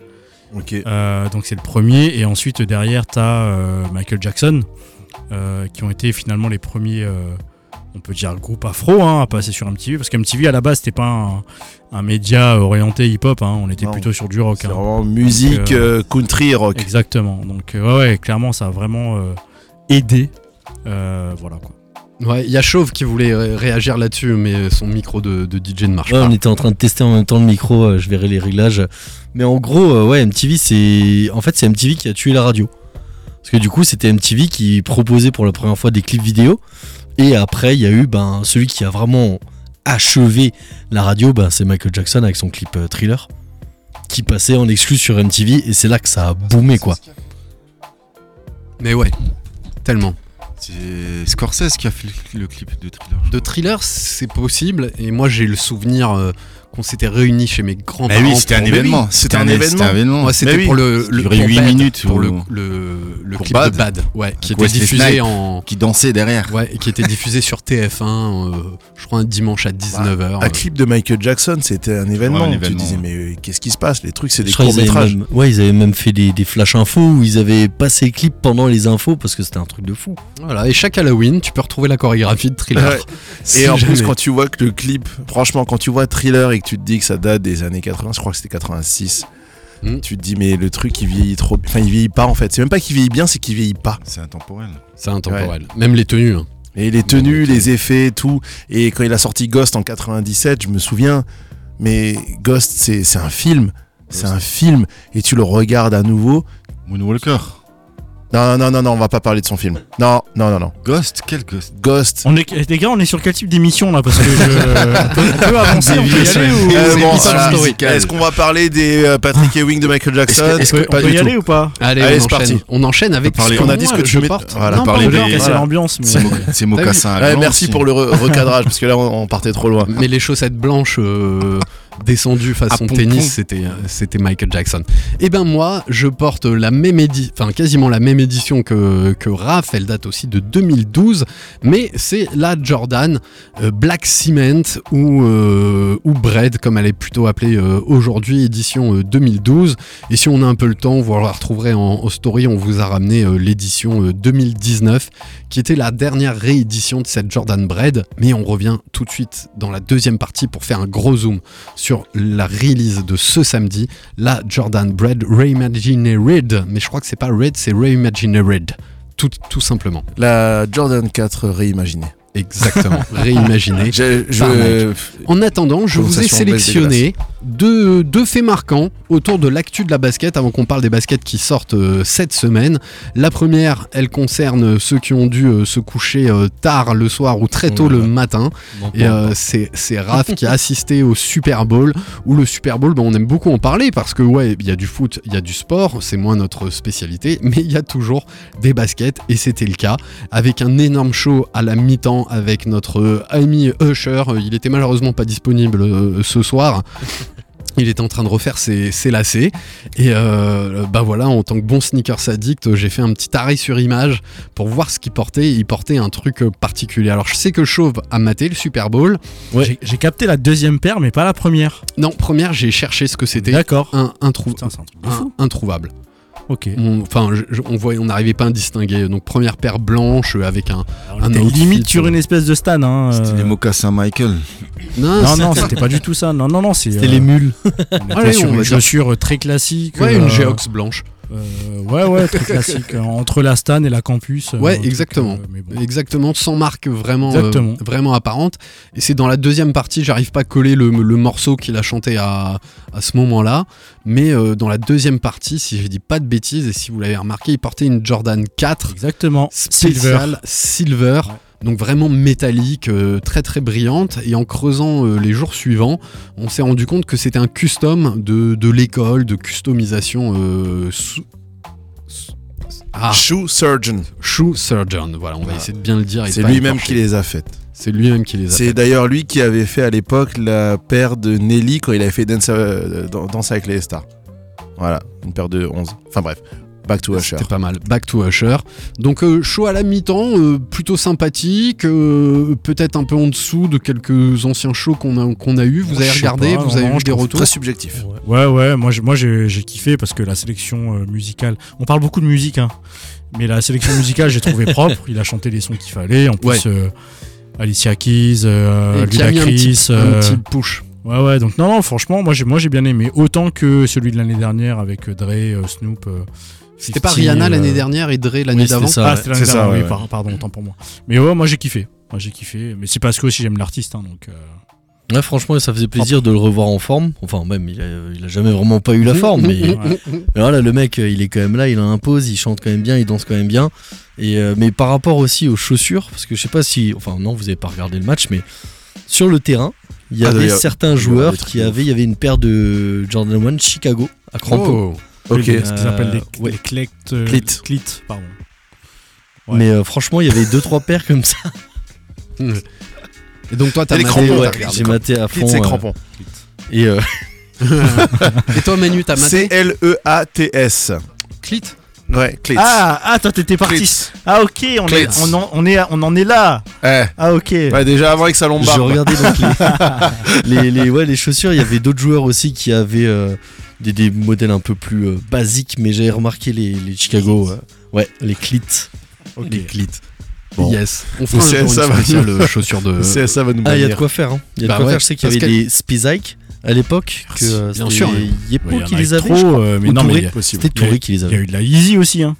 [SPEAKER 9] OK.
[SPEAKER 8] Euh, donc c'est le premier. Et ensuite derrière, t'as euh, Michael Jackson, euh, qui ont été finalement les premiers, euh, on peut dire, groupe afro hein, à passer sur MTV. Parce que MTV à la base, c'était pas un, un média orienté hip-hop, hein, on était
[SPEAKER 9] Non.
[SPEAKER 8] plutôt sur du rock.
[SPEAKER 9] C'est
[SPEAKER 8] hein.
[SPEAKER 9] vraiment musique,
[SPEAKER 8] Donc, euh,
[SPEAKER 9] euh, country, rock.
[SPEAKER 8] Exactement. Donc euh, ouais, ouais, clairement, ça a vraiment euh, aidé. Euh, voilà quoi.
[SPEAKER 1] Ouais, il y a Chauve qui voulait ré- réagir là-dessus, mais son micro de, de DJ ne marche
[SPEAKER 7] Ouais,
[SPEAKER 1] pas.
[SPEAKER 7] on était en train de tester en même temps le micro, euh, je verrai les réglages. Mais en gros, euh, ouais, MTV, c'est. En fait, c'est MTV qui a tué la radio. Parce que du coup, c'était MTV qui proposait pour la première fois des clips vidéo. Et après, il y a eu ben, celui qui a vraiment achevé la radio, ben, c'est Michael Jackson avec son clip euh, thriller. Qui passait en exclus sur MTV. Et c'est là que ça a boomé, quoi.
[SPEAKER 1] Mais ouais, tellement.
[SPEAKER 5] C'est Scorsese qui a fait le, le clip de Thriller.
[SPEAKER 1] De thriller, c'est possible, et moi j'ai le souvenir euh, qu'on s'était réunis chez mes grands-parents.
[SPEAKER 5] Mais oui, c'était un
[SPEAKER 1] pour-
[SPEAKER 5] événement.
[SPEAKER 9] c'était un
[SPEAKER 5] C'était un événement.
[SPEAKER 1] Moi, c'était
[SPEAKER 5] Mais oui.
[SPEAKER 1] pour le,
[SPEAKER 5] Ça
[SPEAKER 1] le
[SPEAKER 5] durait
[SPEAKER 1] pour
[SPEAKER 5] huit
[SPEAKER 1] Bad,
[SPEAKER 5] minutes
[SPEAKER 1] pour le,
[SPEAKER 5] ou-
[SPEAKER 1] le, le
[SPEAKER 5] pour
[SPEAKER 1] clip
[SPEAKER 5] Bad.
[SPEAKER 1] de Bad, ouais, qui était
[SPEAKER 5] Wesley
[SPEAKER 1] diffusé
[SPEAKER 5] Snipes.
[SPEAKER 1] en
[SPEAKER 5] Qui dansait derrière.
[SPEAKER 1] ouais, et qui était diffusé sur TF1, euh, je crois un dimanche à 19h.
[SPEAKER 9] Bah, Un clip de Michael Jackson, c'était un événement.
[SPEAKER 5] un
[SPEAKER 9] Tu
[SPEAKER 5] événement,
[SPEAKER 9] disais,
[SPEAKER 5] Ah ouais.
[SPEAKER 9] mais euh, qu'est-ce qui se passe Les trucs, c'est des
[SPEAKER 7] Je crois qu'ils avaient
[SPEAKER 9] courts-métrages.
[SPEAKER 7] même- ouais, ils avaient même fait des, des flash infos où ils avaient passé les clips pendant les infos parce que c'était un truc de fou.
[SPEAKER 1] Voilà, et chaque Halloween, tu peux retrouver la chorégraphie de thriller.
[SPEAKER 9] Ouais.
[SPEAKER 1] Si
[SPEAKER 9] Et en plus,
[SPEAKER 1] jamais.
[SPEAKER 9] quand tu vois que le clip, franchement, quand tu vois Thriller et que tu te dis que ça date des années 80, je crois que c'était 86,
[SPEAKER 1] Mm.
[SPEAKER 9] tu te dis, mais le truc, il vieillit trop. Enfin, il vieillit pas en fait. C'est même pas qu'il vieillit bien, c'est qu'il vieillit pas.
[SPEAKER 5] C'est intemporel.
[SPEAKER 1] c'est intemporel, même les tenues. hein.
[SPEAKER 9] Et les tenues, les effets, tout. Et quand il a sorti Ghost en 97, je me souviens, mais Ghost, c'est c'est un film. C'est un film. Et tu le regardes à nouveau.
[SPEAKER 5] Moonwalker.
[SPEAKER 9] Non, non, non, non, on va pas parler de son film. Non, non, non, non.
[SPEAKER 5] Ghost Quel Ghost
[SPEAKER 9] Ghost.
[SPEAKER 8] On est, les gars, on est sur quel type d'émission là Parce que je, on, peut, on peut avancer, on peut y aller ou
[SPEAKER 9] Euh,
[SPEAKER 5] c'est
[SPEAKER 9] bon,
[SPEAKER 5] Mission
[SPEAKER 9] voilà.
[SPEAKER 5] Historical.
[SPEAKER 9] Est-ce qu'on va parler des euh, Patrick Ewing de Michael Jackson
[SPEAKER 5] est-ce
[SPEAKER 8] on peut, on
[SPEAKER 5] pas
[SPEAKER 8] peut
[SPEAKER 5] du
[SPEAKER 8] y
[SPEAKER 5] tout.
[SPEAKER 8] aller ou pas
[SPEAKER 1] Allez,
[SPEAKER 9] Allez,
[SPEAKER 1] on,
[SPEAKER 9] c'est
[SPEAKER 1] enchaîne.
[SPEAKER 9] parti.
[SPEAKER 1] on enchaîne avec euh,
[SPEAKER 5] parler-
[SPEAKER 1] ce
[SPEAKER 9] on a
[SPEAKER 1] moi,
[SPEAKER 9] dit ce que tu
[SPEAKER 1] je
[SPEAKER 9] mets-
[SPEAKER 1] porte.
[SPEAKER 9] voilà,
[SPEAKER 1] Non,
[SPEAKER 5] parler
[SPEAKER 1] pas
[SPEAKER 8] On
[SPEAKER 5] des-
[SPEAKER 8] peut
[SPEAKER 1] encore.
[SPEAKER 8] casser
[SPEAKER 9] voilà.
[SPEAKER 8] l'ambiance,
[SPEAKER 5] C'est
[SPEAKER 8] mais
[SPEAKER 5] Mo- c'est Mocassin. à
[SPEAKER 9] Ouais,
[SPEAKER 5] blanc
[SPEAKER 9] Merci
[SPEAKER 5] aussi.
[SPEAKER 9] pour le re- recadrage parce que là on on partait trop loin.
[SPEAKER 1] Mais les chaussettes blanches euh, descendues
[SPEAKER 5] À
[SPEAKER 1] façon
[SPEAKER 5] pompon.
[SPEAKER 1] tennis, c'était euh, c'était Michael Jackson. Et ben moi, je porte la même édition, enfin quasiment la même édition que, que Raph, elle date aussi de 2012, mais c'est la Jordan euh, Black Cement ou, euh, ou Bread, comme elle est plutôt appelée euh, aujourd'hui, édition euh, 2012. Et si on a un peu le temps, vous la retrouverez en, en story, on vous a ramené euh, l'édition euh, 2019 qui était la dernière réédition de cette Jordan Bread, mais on revient tout de suite dans la deuxième partie pour faire un gros zoom sur la release de ce samedi, la Jordan Bread Reimaginered, mais je crois que c'est pas Red, c'est Reimaginered, tout, tout simplement.
[SPEAKER 9] La Jordan 4 réimaginée.
[SPEAKER 1] Exactement, réimaginée.
[SPEAKER 9] Je, je-
[SPEAKER 1] Par
[SPEAKER 9] euh,
[SPEAKER 1] Nike. En attendant, je vous ai
[SPEAKER 9] Conversation anglaise
[SPEAKER 1] sélectionné deux, deux faits marquants autour de l'actu de la basket avant qu'on parle des baskets qui sortent euh, cette semaine. La première, elle concerne ceux qui ont dû euh, se coucher euh, tard le soir ou très tôt le matin. Et euh, c'est c'est Raph qui a assisté au Super Bowl, où le Super Bowl, ben, on aime beaucoup en parler parce que, ouais, il y a du foot, il y a du sport, c'est moins notre spécialité, [LAUGHS] mais il y a toujours des baskets, et c'était le cas, avec un énorme show à la mi-temps avec notre euh, ami Usher. Il était malheureusement pas disponible euh, ce soir. Il était en train de refaire ses, ses lacets. Et euh, bah voilà, en tant que bon sneakers addict, j'ai fait un petit arrêt sur image pour voir ce qu'il portait. Il portait un truc euh, particulier. Alors je sais que Chauve a maté le Super Bowl.
[SPEAKER 7] Ouais.
[SPEAKER 8] j'ai- j'ai capté la deuxième paire, mais pas la première.
[SPEAKER 1] Non, première, j'ai cherché ce que c'était.
[SPEAKER 8] D'accord.
[SPEAKER 1] Un, introu- Ah.
[SPEAKER 8] Putain, c'est un truc de
[SPEAKER 1] un-
[SPEAKER 8] fou.
[SPEAKER 1] introuvable.
[SPEAKER 8] Ok.
[SPEAKER 1] On- Enfin, je- je- on voyait, on n'arrivait pas à distinguer. Donc première paire blanche euh, avec un.
[SPEAKER 8] Alors,
[SPEAKER 1] Un
[SPEAKER 8] on était
[SPEAKER 1] outfit,
[SPEAKER 8] limite sur
[SPEAKER 1] euh,
[SPEAKER 8] une espèce de stan. Hein,
[SPEAKER 5] C'était
[SPEAKER 8] euh,
[SPEAKER 5] les mocassins Michael.
[SPEAKER 1] [LAUGHS]
[SPEAKER 8] Non, non, c'était pas du tout ça. Non, non, non, c'est.
[SPEAKER 7] C'était
[SPEAKER 8] euh,
[SPEAKER 7] les mules.
[SPEAKER 8] on était
[SPEAKER 1] Allez, Ah
[SPEAKER 8] sur
[SPEAKER 1] on
[SPEAKER 8] une
[SPEAKER 1] va dire-
[SPEAKER 8] chaussure très classique.
[SPEAKER 1] Ouais,
[SPEAKER 8] euh,
[SPEAKER 1] une Geox blanche.
[SPEAKER 8] euh, ouais, ouais, très classique. euh, entre la Stan et la Campus. euh,
[SPEAKER 1] Ouais,
[SPEAKER 8] un truc,
[SPEAKER 1] exactement.
[SPEAKER 8] euh, mais bon.
[SPEAKER 1] Exactement, sans marque vraiment, euh,
[SPEAKER 8] Exactement.
[SPEAKER 1] vraiment apparente. Et c'est dans la deuxième partie, j'arrive pas à coller le, le morceau qu'il a chanté à, à ce moment-là. Mais euh, dans la deuxième partie, si je dis pas de bêtises, et si vous l'avez remarqué, il portait une Jordan 4
[SPEAKER 8] Exactement. Silver.
[SPEAKER 1] spéciale Silver.
[SPEAKER 8] Ouais.
[SPEAKER 1] Donc vraiment métallique, euh, très très brillante. Et en creusant euh, les jours suivants, on s'est rendu compte que c'était un custom de, de l'école, de customisation euh, sous- sous- Ah,
[SPEAKER 9] Shoe Surgeon.
[SPEAKER 1] Shoe Surgeon, voilà, on va
[SPEAKER 9] Ah.
[SPEAKER 1] essayer de bien le dire. et de
[SPEAKER 9] C'est
[SPEAKER 1] pas
[SPEAKER 9] lui-même
[SPEAKER 1] l'écorcher.
[SPEAKER 9] qui les a faites.
[SPEAKER 1] C'est lui-même qui les a.
[SPEAKER 9] C'est d'ailleurs lui qui avait fait à l'époque la paire de Nelly quand il avait fait Dance, euh, dans- Danse avec les stars. Voilà, une paire de 11. Enfin bref, back to Usher.
[SPEAKER 1] C'était pas mal. Back to Usher. Donc euh, show à la mi-temps, euh, plutôt sympathique, euh, peut-être un peu en dessous de quelques anciens shows qu'on a qu'on a eu. Vous
[SPEAKER 8] Je
[SPEAKER 1] avez
[SPEAKER 8] sais
[SPEAKER 1] regardé,
[SPEAKER 8] pas,
[SPEAKER 1] vous avez
[SPEAKER 8] vraiment,
[SPEAKER 1] eu
[SPEAKER 8] je
[SPEAKER 1] des
[SPEAKER 8] trouve
[SPEAKER 1] retours.
[SPEAKER 9] Très subjectif.
[SPEAKER 8] Ouais, ouais, moi j'ai moi, j'ai- j'ai kiffé parce que la sélection euh, musicale. On parle beaucoup de musique, hein, mais la sélection musicale, j'ai
[SPEAKER 1] [LAUGHS]
[SPEAKER 8] trouvé propre. Il a chanté les sons qu'il fallait. En plus,
[SPEAKER 1] Ouais.
[SPEAKER 8] euh, Alicia Keys, euh,
[SPEAKER 1] Et qui a mis un
[SPEAKER 8] Ludacris.
[SPEAKER 1] petit,
[SPEAKER 8] euh,
[SPEAKER 1] un petit push.
[SPEAKER 8] Ouais, ouais, donc non, non, franchement, moi j'ai moi, j'ai bien aimé. Autant que celui de l'année dernière avec euh, Dre, euh, Snoop. euh,
[SPEAKER 1] C'était pas
[SPEAKER 8] 50,
[SPEAKER 1] Rihanna
[SPEAKER 8] euh,
[SPEAKER 1] l'année dernière et Dre l'année
[SPEAKER 7] Oui, c'était
[SPEAKER 1] d'avant.
[SPEAKER 7] ça.
[SPEAKER 8] Ah,
[SPEAKER 7] ouais.
[SPEAKER 8] c'était l'année
[SPEAKER 9] c'est ça,
[SPEAKER 8] dernière,
[SPEAKER 9] ouais,
[SPEAKER 8] oui,
[SPEAKER 9] ouais.
[SPEAKER 8] par- pardon, autant pour moi. Mais ouais, moi j'ai kiffé. Moi j'ai kiffé. Mais c'est parce que aussi j'aime l'artiste, hein, donc. euh,
[SPEAKER 1] [COUGHS]
[SPEAKER 7] Ouais, franchement, ça faisait plaisir de le revoir en forme. Enfin, même, il a, il a jamais vraiment pas eu la forme, mais, mais
[SPEAKER 8] ouais.
[SPEAKER 7] voilà, le mec, euh, il est quand même là, il a un pose, il chante quand même bien, il danse quand même bien. Et, euh, mais par rapport aussi aux chaussures, parce que je sais pas si, enfin, non, vous avez pas regardé le match, mais sur le terrain, il y
[SPEAKER 9] Ah,
[SPEAKER 7] avait
[SPEAKER 9] d'ailleurs,
[SPEAKER 7] certains
[SPEAKER 9] il y aura
[SPEAKER 7] joueurs
[SPEAKER 9] des trucs
[SPEAKER 7] qui
[SPEAKER 9] de ouf.
[SPEAKER 7] avaient, il y avait une paire de Jordan 1 Chicago à crampons.
[SPEAKER 1] Oh.
[SPEAKER 9] Ok.
[SPEAKER 8] les- Ce qu'ils
[SPEAKER 7] Euh,
[SPEAKER 8] appellent les,
[SPEAKER 7] ouais.
[SPEAKER 8] les clectes, euh,
[SPEAKER 9] Clites.
[SPEAKER 8] clites, pardon.
[SPEAKER 9] Oh,
[SPEAKER 8] ouais.
[SPEAKER 7] Mais euh, franchement, il y avait deux trois paires comme ça.
[SPEAKER 1] Et donc toi, t'as
[SPEAKER 9] Et les
[SPEAKER 1] maté,
[SPEAKER 9] crampons,
[SPEAKER 1] ouais,
[SPEAKER 9] t'as
[SPEAKER 1] t'as
[SPEAKER 9] regardé.
[SPEAKER 7] J'ai maté à fond.
[SPEAKER 9] Cleats et
[SPEAKER 7] euh,
[SPEAKER 9] crampons.
[SPEAKER 7] et euh,
[SPEAKER 1] regardé. Et toi, Manu, t'as maté.
[SPEAKER 9] E C-L-E-A-T-S.
[SPEAKER 1] Clit.
[SPEAKER 9] Ouais, Clit.
[SPEAKER 8] Ah, ah, toi t'étais parti. Ah, ok, on,
[SPEAKER 9] Clit.
[SPEAKER 8] est, on, en, on, est, on en est là.
[SPEAKER 9] Eh,
[SPEAKER 8] Ah, ok.
[SPEAKER 9] ouais, déjà avant avec sa lombarde.
[SPEAKER 7] Je regardais donc les, les, les- ouais, les chaussures. Il y avait d'autres joueurs aussi qui avaient euh, des, des modèles un peu plus euh, basiques, mais j'avais remarqué les, les Chicago. euh, ouais, les clits.
[SPEAKER 8] Ok.
[SPEAKER 7] Les clits. Bon.
[SPEAKER 1] Yes. On fera un
[SPEAKER 9] C'est-
[SPEAKER 1] jour une
[SPEAKER 9] ça va.
[SPEAKER 1] spéciale euh, chaussures de.
[SPEAKER 9] [LAUGHS] C'est- ça va nous
[SPEAKER 7] Ah, il y a de
[SPEAKER 9] bannir.
[SPEAKER 7] quoi faire. hein. Il y a de
[SPEAKER 1] Bah
[SPEAKER 7] quoi
[SPEAKER 1] ouais,
[SPEAKER 7] faire. Je sais qu'il y
[SPEAKER 1] parce
[SPEAKER 7] avait des Spizike à l'époque. Que,
[SPEAKER 1] Merci,
[SPEAKER 7] euh,
[SPEAKER 1] bien
[SPEAKER 7] c'était
[SPEAKER 1] sûr, oui.
[SPEAKER 7] Yeppo
[SPEAKER 8] Ouais, il y en
[SPEAKER 7] qui
[SPEAKER 8] a
[SPEAKER 7] les
[SPEAKER 8] eu
[SPEAKER 7] avait. je
[SPEAKER 8] trop,
[SPEAKER 7] crois.
[SPEAKER 8] euh, mais
[SPEAKER 7] Ou
[SPEAKER 8] non, mais
[SPEAKER 7] Touré.
[SPEAKER 8] il y a-
[SPEAKER 9] possible.
[SPEAKER 7] C'était Touré qui les
[SPEAKER 8] Il y a
[SPEAKER 7] avait.
[SPEAKER 8] eu de la Easy aussi. Hein.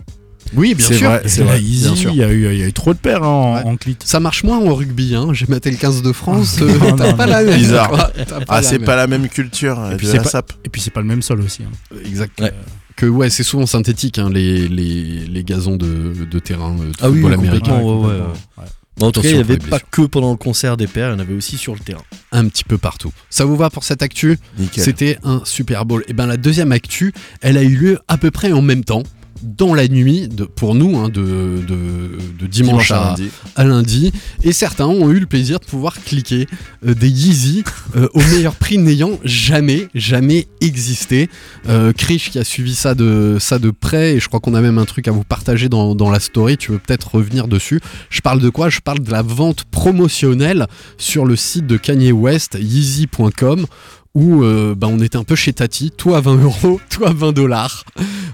[SPEAKER 1] Oui, bien
[SPEAKER 9] C'est
[SPEAKER 1] sûr.
[SPEAKER 9] vrai,
[SPEAKER 8] Il y
[SPEAKER 9] c'est
[SPEAKER 8] a eu de la
[SPEAKER 9] vrai.
[SPEAKER 1] bien
[SPEAKER 8] Easy,
[SPEAKER 1] sûr.
[SPEAKER 8] il y, a eu- il y a eu trop de paires en,
[SPEAKER 1] Ouais.
[SPEAKER 8] en clit.
[SPEAKER 1] Ça marche moins au rugby. Hein. J'ai maté le 15 de France. euh,
[SPEAKER 8] [LAUGHS] Non,
[SPEAKER 1] t'as
[SPEAKER 8] non,
[SPEAKER 1] pas
[SPEAKER 8] non.
[SPEAKER 1] la même.
[SPEAKER 9] Bizarre.
[SPEAKER 1] quoi. T'as
[SPEAKER 9] Ah, c'est
[SPEAKER 1] la
[SPEAKER 9] pas la même culture euh,
[SPEAKER 8] puis
[SPEAKER 9] de
[SPEAKER 8] c'est
[SPEAKER 9] la
[SPEAKER 8] pas-
[SPEAKER 9] sape.
[SPEAKER 8] Et puis c'est pas le même sol aussi. hein.
[SPEAKER 1] même. Exact.
[SPEAKER 7] Ouais.
[SPEAKER 1] Que ouais, c'est souvent synthétique hein, les, les, les gazons de, de terrain euh, de
[SPEAKER 7] Ah oui,
[SPEAKER 1] football
[SPEAKER 7] oui,
[SPEAKER 1] américain.
[SPEAKER 7] complètement, ouais, ouais,
[SPEAKER 8] ouais.
[SPEAKER 7] Bon, en tout cas,
[SPEAKER 1] Attention pour
[SPEAKER 7] il n'y
[SPEAKER 1] les
[SPEAKER 7] avait pas
[SPEAKER 1] blessures.
[SPEAKER 7] que pendant le concert des pairs, il y en avait aussi sur le terrain.
[SPEAKER 1] Un petit peu partout. Ça vous va pour cette actu
[SPEAKER 9] Nickel.
[SPEAKER 1] C'était un Super Bowl. Et bien la deuxième actu, elle a eu lieu à peu près en même temps, dans la nuit, de, pour nous, hein, de, de- de dimanche, à,
[SPEAKER 9] lundi.
[SPEAKER 1] à lundi. Et certains ont eu le plaisir de pouvoir cliquer euh, des Yeezy euh, au meilleur prix n'ayant jamais, jamais existé. Euh, Krish qui a suivi ça de, ça de près, et je crois qu'on a même un truc à vous partager dans, dans la story, tu veux peut-être revenir dessus. Je parle de quoi Je parle de la vente promotionnelle sur le site de Kanye West, yeezy.com. Où euh, bah, on était un peu chez Tati, toi à 20 euros, [LAUGHS] toi à 20 dollars.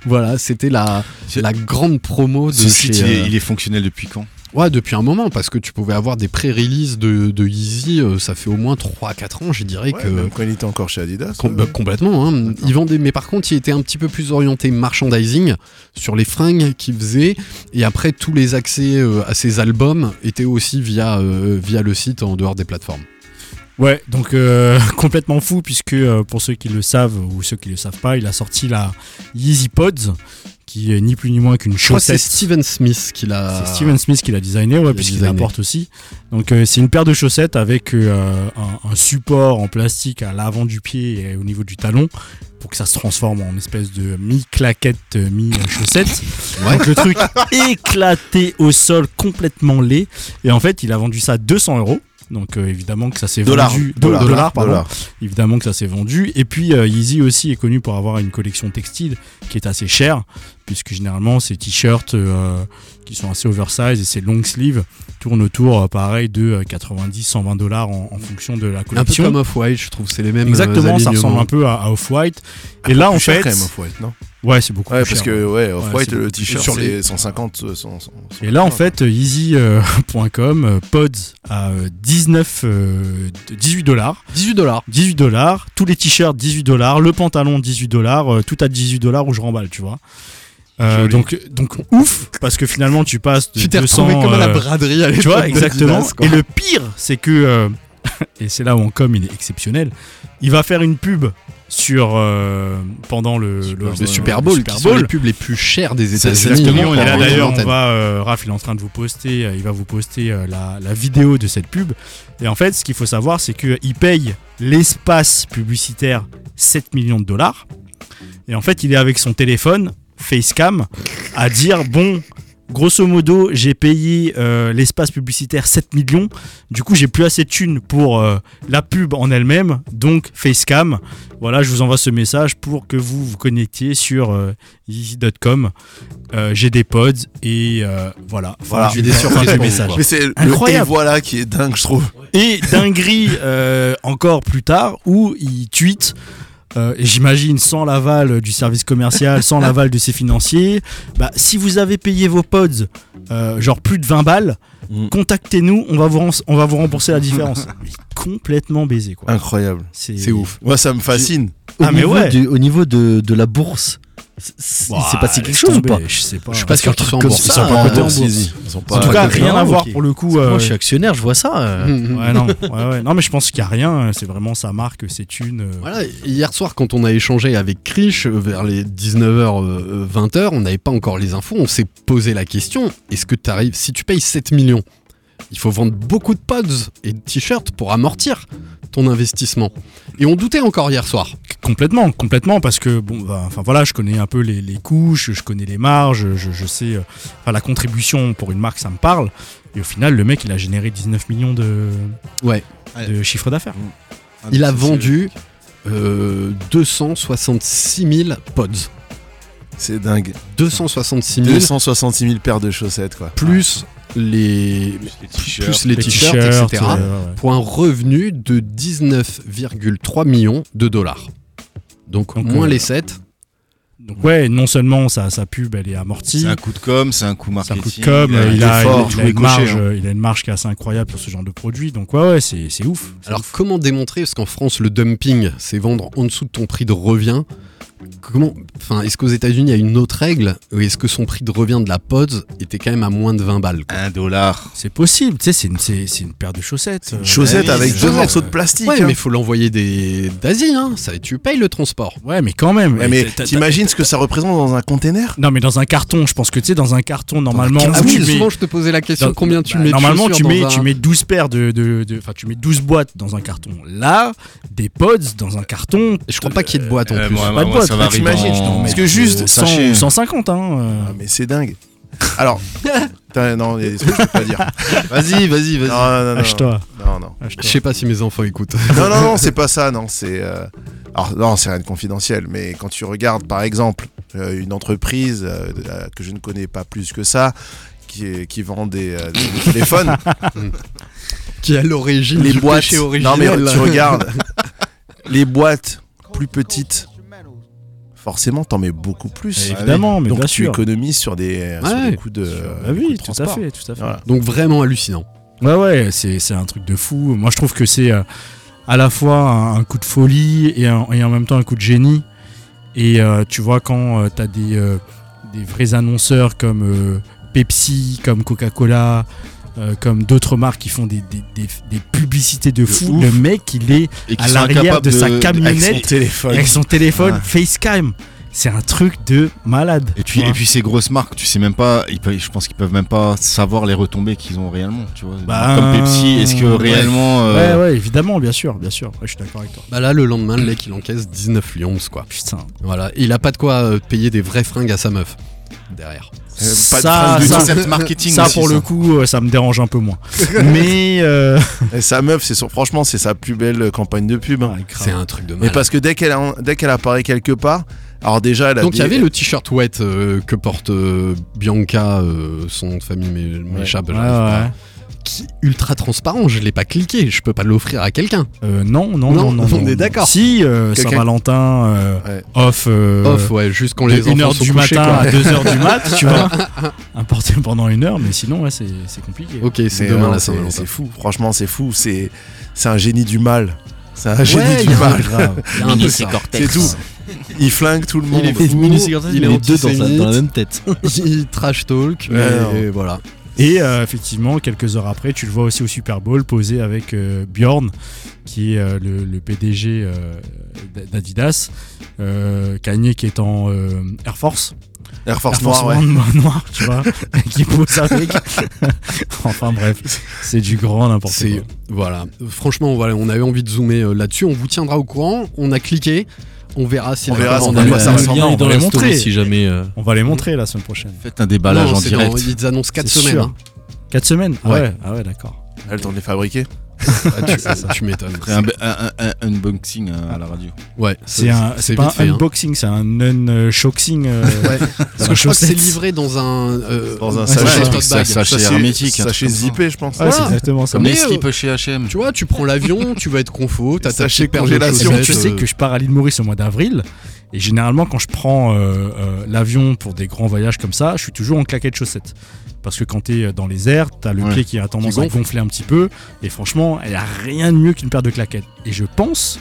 [SPEAKER 1] Voilà, c'était la, la grande promo de
[SPEAKER 5] Ce site,
[SPEAKER 1] chez,
[SPEAKER 5] il,
[SPEAKER 1] euh,
[SPEAKER 5] est, il est fonctionnel depuis quand
[SPEAKER 1] Ouais, depuis un moment, parce que tu pouvais avoir des pré-releases de, de Yeezy, euh, ça fait au moins 3-4 ans, je dirais
[SPEAKER 9] Ouais,
[SPEAKER 1] que.
[SPEAKER 5] bah
[SPEAKER 9] Même quand il était encore chez Adidas.
[SPEAKER 1] euh, com-
[SPEAKER 9] euh,
[SPEAKER 1] bah, complètement, hein.
[SPEAKER 9] D'accord.
[SPEAKER 1] Ils vendaient, mais par contre, il était un petit peu plus orienté merchandising sur les fringues qu'ils faisaient. Et après, tous les accès euh, à ces albums étaient aussi via, euh, via le site en dehors des plateformes.
[SPEAKER 8] Ouais, donc euh, [LAUGHS] complètement fou, puisque euh, pour ceux qui le savent ou ceux qui le savent pas, il a sorti la Yeezy Pods, qui est ni plus ni moins qu'une
[SPEAKER 1] Je crois que c'est
[SPEAKER 8] chaussette.
[SPEAKER 1] Steven Smith qui l'a.
[SPEAKER 8] C'est Steven Smith qui l'a designé, ouais,
[SPEAKER 1] l'a
[SPEAKER 8] puisqu'il la
[SPEAKER 1] designé.
[SPEAKER 8] porte aussi. Donc euh, c'est une paire de chaussettes avec euh, un, un support en plastique à l'avant du pied et au niveau du talon pour que ça se transforme en espèce de mi-claquette, euh, mi-chaussette.
[SPEAKER 1] Ouais.
[SPEAKER 8] Donc le truc éclaté au sol, complètement laid. Et en fait, il a vendu ça 200 euros. Donc euh, évidemment que ça s'est
[SPEAKER 9] Dollars.
[SPEAKER 8] vendu Do-
[SPEAKER 9] Dollars.
[SPEAKER 8] dollars, pardon.
[SPEAKER 9] Dollars.
[SPEAKER 8] Évidemment que ça s'est vendu. Et puis euh, Yeezy aussi est connu pour avoir une collection textile qui est assez chère, puisque généralement ces t-shirts euh, qui sont assez oversize et ces long sleeves tournent autour, euh, pareil, de 90-120 dollars en, en fonction de la
[SPEAKER 1] Un peu
[SPEAKER 8] collection.
[SPEAKER 1] comme Off-White, je trouve, c'est les mêmes. euh,
[SPEAKER 8] Exactement,
[SPEAKER 1] alignements.
[SPEAKER 8] ça ressemble un peu à, à Off-White. Et là, Ah, en
[SPEAKER 9] Ah, plus cher
[SPEAKER 8] fait,
[SPEAKER 9] quand même, faut être, non
[SPEAKER 8] Ouais, c'est beaucoup
[SPEAKER 9] Ouais,
[SPEAKER 8] plus
[SPEAKER 9] parce
[SPEAKER 8] cher.
[SPEAKER 9] que ouais, Off-White,
[SPEAKER 8] c'est-
[SPEAKER 9] le t-shirt,
[SPEAKER 8] sur
[SPEAKER 9] c'est
[SPEAKER 8] les-
[SPEAKER 9] 150, euh, 100, 100,
[SPEAKER 8] Et là, en fait, euh, [LAUGHS] easy.com, Pods à euh, 19, euh, 18 dollars.
[SPEAKER 7] 18 dollars.
[SPEAKER 8] 18 dollars, tous les t-shirts 18 dollars, le pantalon 18 dollars, Euh, tout à 18 dollars où je remballe, tu vois. Euh,
[SPEAKER 9] Joli.
[SPEAKER 8] donc, donc ouf, parce que finalement, tu passes de
[SPEAKER 1] Tu t'es
[SPEAKER 8] 200.
[SPEAKER 1] retrouvé comme à la
[SPEAKER 8] euh,
[SPEAKER 1] braderie à
[SPEAKER 8] tu
[SPEAKER 1] l'époque [LAUGHS]
[SPEAKER 8] vois,
[SPEAKER 1] de
[SPEAKER 8] exactement.
[SPEAKER 1] Adidas, quoi.
[SPEAKER 8] et le pire, c'est que, euh, [LAUGHS] et c'est là où en com il est exceptionnel, il va faire une pub sur euh, pendant le, le,
[SPEAKER 1] Le Super Bowl,
[SPEAKER 8] Super
[SPEAKER 1] qui sont
[SPEAKER 8] Bowl.
[SPEAKER 1] les pubs les plus chères des
[SPEAKER 9] C'est-
[SPEAKER 1] États-Unis.
[SPEAKER 9] exactement,
[SPEAKER 8] Et là
[SPEAKER 9] Pendant
[SPEAKER 8] d'ailleurs,
[SPEAKER 1] une
[SPEAKER 8] on
[SPEAKER 1] antenne.
[SPEAKER 8] va, euh, Raph, il est en train de vous poster, euh, il va vous poster euh, la, la vidéo de cette pub. Et en fait, ce qu'il faut savoir, c'est qu'il paye l'espace publicitaire 7 millions de dollars. Et en fait, il est avec son téléphone, facecam, à dire bon. Grosso modo, j'ai payé euh, l'espace publicitaire 7 millions. Du coup, j'ai plus assez de thunes pour euh, la pub en elle-même. Donc, facecam, voilà, je vous envoie ce message pour que vous vous connectiez sur euh, easy.com. Euh, j'ai des pods et euh, voilà.
[SPEAKER 9] Voilà.
[SPEAKER 8] j'ai des surprises
[SPEAKER 9] Mais
[SPEAKER 8] message.
[SPEAKER 9] Mais c'est le et
[SPEAKER 8] Incroyable.
[SPEAKER 9] voilà qui est dingue, je trouve.
[SPEAKER 8] Et dinguerie euh, encore plus tard où il tweet. euh, et J'imagine sans l'aval du service commercial, sans l'aval de ses financiers. Bah, si vous avez payé vos pods, euh, genre plus de 20 balles,
[SPEAKER 9] Mm.
[SPEAKER 8] contactez-nous, on, va vous rem- on va vous rembourser la différence. Mais complètement baisé
[SPEAKER 9] Ah,
[SPEAKER 8] quoi.
[SPEAKER 9] Incroyable.
[SPEAKER 1] C'est ouf.
[SPEAKER 9] Moi, ça me fascine.
[SPEAKER 7] Au
[SPEAKER 8] Ah, mais
[SPEAKER 7] niveau
[SPEAKER 8] ouais.
[SPEAKER 7] du- au niveau de, de la bourse, c- c- il s'est passé quelque chose ou pas
[SPEAKER 8] Je sais pas.
[SPEAKER 1] Je suis pas Ah, sûr qu'ils soient en
[SPEAKER 7] comme
[SPEAKER 1] bourse.
[SPEAKER 7] ça,
[SPEAKER 1] Ils sont pas
[SPEAKER 7] euh,
[SPEAKER 1] en
[SPEAKER 7] en
[SPEAKER 1] bourse.
[SPEAKER 7] bourse.
[SPEAKER 9] Ils sont pas
[SPEAKER 8] Ah, En tout
[SPEAKER 7] Ah,
[SPEAKER 8] cas,
[SPEAKER 7] d'accord.
[SPEAKER 8] rien à
[SPEAKER 7] Ah,
[SPEAKER 8] voir
[SPEAKER 7] ok.
[SPEAKER 8] pour le coup.
[SPEAKER 7] Moi,
[SPEAKER 8] euh,
[SPEAKER 7] je suis actionnaire, je vois ça. euh.
[SPEAKER 1] Mhm.
[SPEAKER 8] Ouais, non, ouais, ouais. non, mais je pense qu'il n'y a rien. C'est vraiment sa marque, c'est une. euh,
[SPEAKER 1] Voilà, hier soir, quand on a échangé avec Krish, euh, vers les 19h, euh, 20h, on n'avait pas encore les infos, on s'est posé la question, est-ce que tu arrives, si tu payes 7 millions, il faut vendre beaucoup de pods et de t-shirts pour amortir ton investissement. Et on doutait encore hier soir.
[SPEAKER 8] Complètement, complètement, parce que bon, bah, enfin voilà, je connais un peu les, les couches, je connais les marges, je, je sais, euh, enfin la contribution pour une marque, ça me parle. Et au final, le mec, il a généré 19 millions de,
[SPEAKER 1] Ouais.
[SPEAKER 8] de chiffre d'affaires.
[SPEAKER 1] Il a vendu euh, 266 000 pods.
[SPEAKER 9] C'est dingue.
[SPEAKER 1] 266 000
[SPEAKER 9] 266 000 paires de chaussettes, quoi.
[SPEAKER 1] plus les, plus les
[SPEAKER 8] Les
[SPEAKER 1] t-shirts, etc.
[SPEAKER 8] euh, ouais.
[SPEAKER 1] pour un revenu de 19,3 millions de dollars. Donc,
[SPEAKER 8] Donc,
[SPEAKER 1] moins
[SPEAKER 8] euh,
[SPEAKER 1] les 7.
[SPEAKER 8] Donc ouais, non seulement sa, sa pub, elle est amortie,
[SPEAKER 5] C'est un coup de com, c'est un coup
[SPEAKER 8] c'est un coup
[SPEAKER 5] marketing.
[SPEAKER 8] de com, euh,
[SPEAKER 5] un
[SPEAKER 8] il a,
[SPEAKER 5] effort,
[SPEAKER 8] il,
[SPEAKER 5] tout
[SPEAKER 8] a
[SPEAKER 5] est
[SPEAKER 8] une
[SPEAKER 5] coché,
[SPEAKER 8] marge,
[SPEAKER 5] hein.
[SPEAKER 8] euh, il a une marge qui est assez incroyable sur ce genre de produit. Donc ouais, ouais, c'est c'est ouf. c'est
[SPEAKER 1] Alors
[SPEAKER 8] ouf.
[SPEAKER 1] comment démontrer Parce qu'en France, le dumping, c'est vendre en dessous de ton prix de revient. Comment Enfin, est-ce qu'aux États-Unis, il y a une autre règle Ou est-ce que son prix de revient de la pod était quand même à moins de 20 balles quoi
[SPEAKER 5] Un dollar.
[SPEAKER 8] c'est possible, tu sais, c'est une, c'est- c'est une paire de chaussettes. euh,
[SPEAKER 9] Chaussettes
[SPEAKER 5] Ouais,
[SPEAKER 9] avec
[SPEAKER 5] c'est
[SPEAKER 9] deux
[SPEAKER 5] vrai.
[SPEAKER 9] morceaux de plastique.
[SPEAKER 1] Ouais,
[SPEAKER 9] hein.
[SPEAKER 1] mais faut l'envoyer des d'Asie, hein. Ça, tu payes le transport.
[SPEAKER 8] Ouais, mais quand même.
[SPEAKER 9] Ouais,
[SPEAKER 8] Et
[SPEAKER 9] mais
[SPEAKER 8] t'as- t'as-
[SPEAKER 9] t'imagines ce que ça représente dans un container
[SPEAKER 8] Non, mais dans un carton, je pense que tu sais, dans un carton, normalement.
[SPEAKER 1] Ah
[SPEAKER 8] où
[SPEAKER 1] oui,
[SPEAKER 8] tu mets-
[SPEAKER 1] souvent je te posais la question
[SPEAKER 8] dans-
[SPEAKER 1] combien tu
[SPEAKER 8] bah,
[SPEAKER 1] mets de
[SPEAKER 8] Normalement,
[SPEAKER 1] chaussures
[SPEAKER 8] tu
[SPEAKER 1] dans
[SPEAKER 8] mets,
[SPEAKER 1] un-
[SPEAKER 8] tu mets 12 paires de. de- de- Enfin, tu mets 12 boîtes dans un carton. Là, des pods dans un carton.
[SPEAKER 1] Je crois pas qu'il y ait de boîte en
[SPEAKER 5] Euh,
[SPEAKER 1] plus.
[SPEAKER 5] moi,
[SPEAKER 8] pas de
[SPEAKER 5] moi,
[SPEAKER 8] boîte,
[SPEAKER 5] ça va arriver
[SPEAKER 9] t'imagines,
[SPEAKER 5] en-
[SPEAKER 9] Parce que juste,
[SPEAKER 8] euh,
[SPEAKER 5] sans-
[SPEAKER 8] 100 ou 150, hein. euh.
[SPEAKER 9] Ah, Mais c'est dingue. Alors, putain, non, il y a des trucs que je peux pas dire.
[SPEAKER 5] Vas-y, vas-y,
[SPEAKER 9] Non, non,
[SPEAKER 5] vas-y.
[SPEAKER 9] non, non.
[SPEAKER 8] Lâche-toi.
[SPEAKER 9] Non, non.
[SPEAKER 1] Je
[SPEAKER 8] lâche-toi.
[SPEAKER 1] sais pas si mes enfants écoutent.
[SPEAKER 9] Non, non,
[SPEAKER 8] [LAUGHS]
[SPEAKER 9] non, c'est pas ça, non. C'est. euh, Alors, non, c'est rien de confidentiel, mais quand tu regardes, par exemple, euh, une entreprise euh, de- euh, que je ne connais pas plus que ça, qui, est- qui vend des, euh, des- des
[SPEAKER 8] [LAUGHS]
[SPEAKER 9] téléphones,
[SPEAKER 1] Qui est à l'origine
[SPEAKER 9] les
[SPEAKER 1] du
[SPEAKER 9] boîtes.
[SPEAKER 1] péché
[SPEAKER 9] Non, mais
[SPEAKER 8] [LAUGHS]
[SPEAKER 1] originel.
[SPEAKER 9] tu [LAUGHS] regardes, les boîtes plus petites, forcément, t'en mets beaucoup plus.
[SPEAKER 8] Évidemment, mais
[SPEAKER 9] Donc,
[SPEAKER 8] bien
[SPEAKER 9] tu
[SPEAKER 8] sûr.
[SPEAKER 9] économises sur des, euh, sur
[SPEAKER 1] Ouais.
[SPEAKER 9] des coûts de.
[SPEAKER 8] Bah
[SPEAKER 9] coûts
[SPEAKER 8] oui,
[SPEAKER 9] de
[SPEAKER 8] tout à
[SPEAKER 9] transport. Euh,
[SPEAKER 8] fait, tout à fait.
[SPEAKER 9] Voilà.
[SPEAKER 1] Donc vraiment hallucinant.
[SPEAKER 8] Ouais, ouais, c'est c'est un truc de fou. Moi, je trouve que c'est euh, à la fois un, un coup de folie et, un- et en même temps un coup de génie. Et euh, tu vois, quand tu t'as des, euh, des vrais annonceurs comme euh, Pepsi, comme Coca-Cola, euh, comme d'autres marques qui font des, des, des- des publicités de fou,
[SPEAKER 5] ouf.
[SPEAKER 8] le mec, il est
[SPEAKER 5] Et qui
[SPEAKER 8] à
[SPEAKER 5] sont
[SPEAKER 8] l'arrière
[SPEAKER 5] incapables
[SPEAKER 8] de sa
[SPEAKER 5] Avec son
[SPEAKER 8] camionnette
[SPEAKER 5] téléphone.
[SPEAKER 8] avec son téléphone
[SPEAKER 5] Ouais.
[SPEAKER 8] FaceCam. C'est un truc de malade.
[SPEAKER 5] Et puis, et puis ces grosses marques, tu sais même pas, ils peuvent- je pense qu'ils peuvent même pas savoir les retombées qu'ils ont réellement, tu vois.
[SPEAKER 8] Bah,
[SPEAKER 5] Comme Pepsi, est-ce que
[SPEAKER 8] ouais.
[SPEAKER 5] réellement
[SPEAKER 8] Ouais,
[SPEAKER 5] euh,
[SPEAKER 8] ouais, évidemment, bien sûr, bien sûr. Ouais, je suis d'accord avec toi.
[SPEAKER 1] Bah là, le lendemain, le mec, il encaisse 19 lions, quoi.
[SPEAKER 8] Putain.
[SPEAKER 1] Voilà. Et il a pas de quoi euh, payer des vraies fringues à sa meuf. Derrière.
[SPEAKER 9] pas de
[SPEAKER 8] ça,
[SPEAKER 9] phrase du
[SPEAKER 8] Ah, ça,
[SPEAKER 9] concept
[SPEAKER 5] marketing
[SPEAKER 8] Ça,
[SPEAKER 5] aussi,
[SPEAKER 8] pour
[SPEAKER 5] ça.
[SPEAKER 8] le coup, euh, ça me dérange un
[SPEAKER 5] [LAUGHS]
[SPEAKER 8] peu moins. Mais. euh,
[SPEAKER 9] Et sa meuf, c'est son- franchement, c'est sa plus belle campagne de pub.
[SPEAKER 8] Ah,
[SPEAKER 9] hein.
[SPEAKER 1] C'est un truc de
[SPEAKER 9] Mais
[SPEAKER 1] mal.
[SPEAKER 9] parce que dès qu'elle a- dès qu'elle apparaît quelque part, alors déjà elle a
[SPEAKER 1] Donc il y
[SPEAKER 9] des-
[SPEAKER 1] avait le t-shirt wet euh, que porte euh, Bianca, euh, son de famille m'é- m'échappe,
[SPEAKER 8] Ouais,
[SPEAKER 1] j'arrive pas.
[SPEAKER 8] ouais.
[SPEAKER 1] qui ultra transparent. Je l'ai pas cliqué, je peux pas l'offrir à quelqu'un.
[SPEAKER 8] Euh, non,
[SPEAKER 1] Non,
[SPEAKER 8] non, non, non,
[SPEAKER 1] on
[SPEAKER 8] non,
[SPEAKER 1] est
[SPEAKER 8] non.
[SPEAKER 1] d'accord.
[SPEAKER 8] Si, euh,
[SPEAKER 9] Quelqu'un-
[SPEAKER 8] Saint-Valentin, euh,
[SPEAKER 9] Ouais.
[SPEAKER 8] off, euh,
[SPEAKER 1] Off, ouais, juste quand
[SPEAKER 8] de
[SPEAKER 1] les enfants
[SPEAKER 8] 1h
[SPEAKER 1] sont
[SPEAKER 8] du
[SPEAKER 1] couchés,
[SPEAKER 8] matin
[SPEAKER 1] quoi.
[SPEAKER 8] à 2h du mat,
[SPEAKER 1] [LAUGHS]
[SPEAKER 8] tu vois. Importé pendant une heure, mais sinon, ouais, c'est c'est compliqué.
[SPEAKER 1] Ok, c'est
[SPEAKER 9] Mais
[SPEAKER 1] demain
[SPEAKER 9] non,
[SPEAKER 1] la
[SPEAKER 9] c'est-
[SPEAKER 1] Saint-Valentin.
[SPEAKER 9] C'est fou, franchement, c'est fou. C'est c'est un génie du mal. C'est un
[SPEAKER 1] Ouais,
[SPEAKER 9] génie
[SPEAKER 1] y
[SPEAKER 9] du
[SPEAKER 1] a un-
[SPEAKER 9] mal.
[SPEAKER 1] Il y a un peu ça.
[SPEAKER 9] C'est tout. Il flingue tout le monde.
[SPEAKER 1] Il est
[SPEAKER 7] Et
[SPEAKER 1] fou,
[SPEAKER 7] Minus Cortez,
[SPEAKER 1] il
[SPEAKER 7] il est les
[SPEAKER 1] est
[SPEAKER 7] deux dans, sa- dans la
[SPEAKER 1] antisémite.
[SPEAKER 7] même tête.
[SPEAKER 1] Il trash talk,
[SPEAKER 9] Ouais,
[SPEAKER 1] mais
[SPEAKER 9] non.
[SPEAKER 1] voilà.
[SPEAKER 8] Et euh, effectivement, quelques heures après, tu le vois aussi au Super Bowl posé avec euh, Bjorn, qui est euh, le, le PDG euh, d- d'Adidas, euh, Kanye qui est en euh, Air Force,
[SPEAKER 9] Air Force
[SPEAKER 8] Air Force
[SPEAKER 9] Noir, ouais.
[SPEAKER 8] One noir, tu vois, [LAUGHS] et qui pose avec. [LAUGHS] enfin bref, c'est du grand n'importe
[SPEAKER 1] C'est
[SPEAKER 8] quoi.
[SPEAKER 1] voilà. Franchement, voilà, on avait envie de zoomer euh, là-dessus. On vous tiendra au courant. On a cliqué. On verra si
[SPEAKER 9] On
[SPEAKER 1] la
[SPEAKER 9] verra
[SPEAKER 1] commande
[SPEAKER 9] si on
[SPEAKER 1] est-
[SPEAKER 9] voit ça
[SPEAKER 1] Non,
[SPEAKER 9] ressemble.
[SPEAKER 8] on va les
[SPEAKER 7] story
[SPEAKER 8] montrer.
[SPEAKER 7] si jamais. euh,
[SPEAKER 8] On va les montrer la semaine prochaine.
[SPEAKER 10] Faites un déballage en
[SPEAKER 1] c'est dans-
[SPEAKER 10] direct.
[SPEAKER 1] Ils annoncent 4
[SPEAKER 8] C'est
[SPEAKER 1] semaines.
[SPEAKER 8] sûr.
[SPEAKER 1] hein.
[SPEAKER 8] Quatre semaines Ah
[SPEAKER 1] Ouais.
[SPEAKER 8] ouais, ah ouais d'accord.
[SPEAKER 9] Elle a le temps de les fabriquer.
[SPEAKER 1] Ah, tu tu m'étonnes.
[SPEAKER 5] Après, un, un- un- un unboxing à la radio.
[SPEAKER 1] Ouais,
[SPEAKER 8] C'est un, c'est
[SPEAKER 1] c'est
[SPEAKER 8] pas
[SPEAKER 1] vite fait.
[SPEAKER 8] un
[SPEAKER 1] hein.
[SPEAKER 8] unboxing, c'est un euh, un-shoxing. [LAUGHS]
[SPEAKER 1] Ouais. Parce que je crois que c'est livré dans un euh,
[SPEAKER 9] Dans un
[SPEAKER 1] ouais,
[SPEAKER 9] sachet.
[SPEAKER 1] tote
[SPEAKER 5] Ça,
[SPEAKER 1] bag.
[SPEAKER 5] ça, Sachet
[SPEAKER 9] Sachez-
[SPEAKER 5] hermétique, un
[SPEAKER 9] Sachez
[SPEAKER 5] truc comme ça.
[SPEAKER 9] zippé, je pense.
[SPEAKER 8] Ouais, c'est
[SPEAKER 1] Voilà.
[SPEAKER 8] exactement ça.
[SPEAKER 5] Comme
[SPEAKER 1] Mais,
[SPEAKER 5] les
[SPEAKER 1] euh,
[SPEAKER 5] slips chez H&M.
[SPEAKER 1] Tu vois, tu prends l'avion, tu vas être confo, t'as ta
[SPEAKER 9] Sachet
[SPEAKER 1] petite paire de
[SPEAKER 9] congélation.
[SPEAKER 1] chaussettes,
[SPEAKER 8] tu sais
[SPEAKER 1] euh,
[SPEAKER 8] que je pars à l'île Maurice au mois d'avril. Et généralement, quand je prends euh, euh, l'avion pour des grands voyages comme ça, je suis toujours en claquette chaussettes. Parce que quand t'es euh, dans les airs, t'as le
[SPEAKER 5] Ouais.
[SPEAKER 8] pied qui a tendance
[SPEAKER 1] Qui
[SPEAKER 8] à
[SPEAKER 1] gonfle.
[SPEAKER 8] gonfler un petit peu. Et franchement, il n'y a rien de mieux qu'une paire de claquettes. Et je pense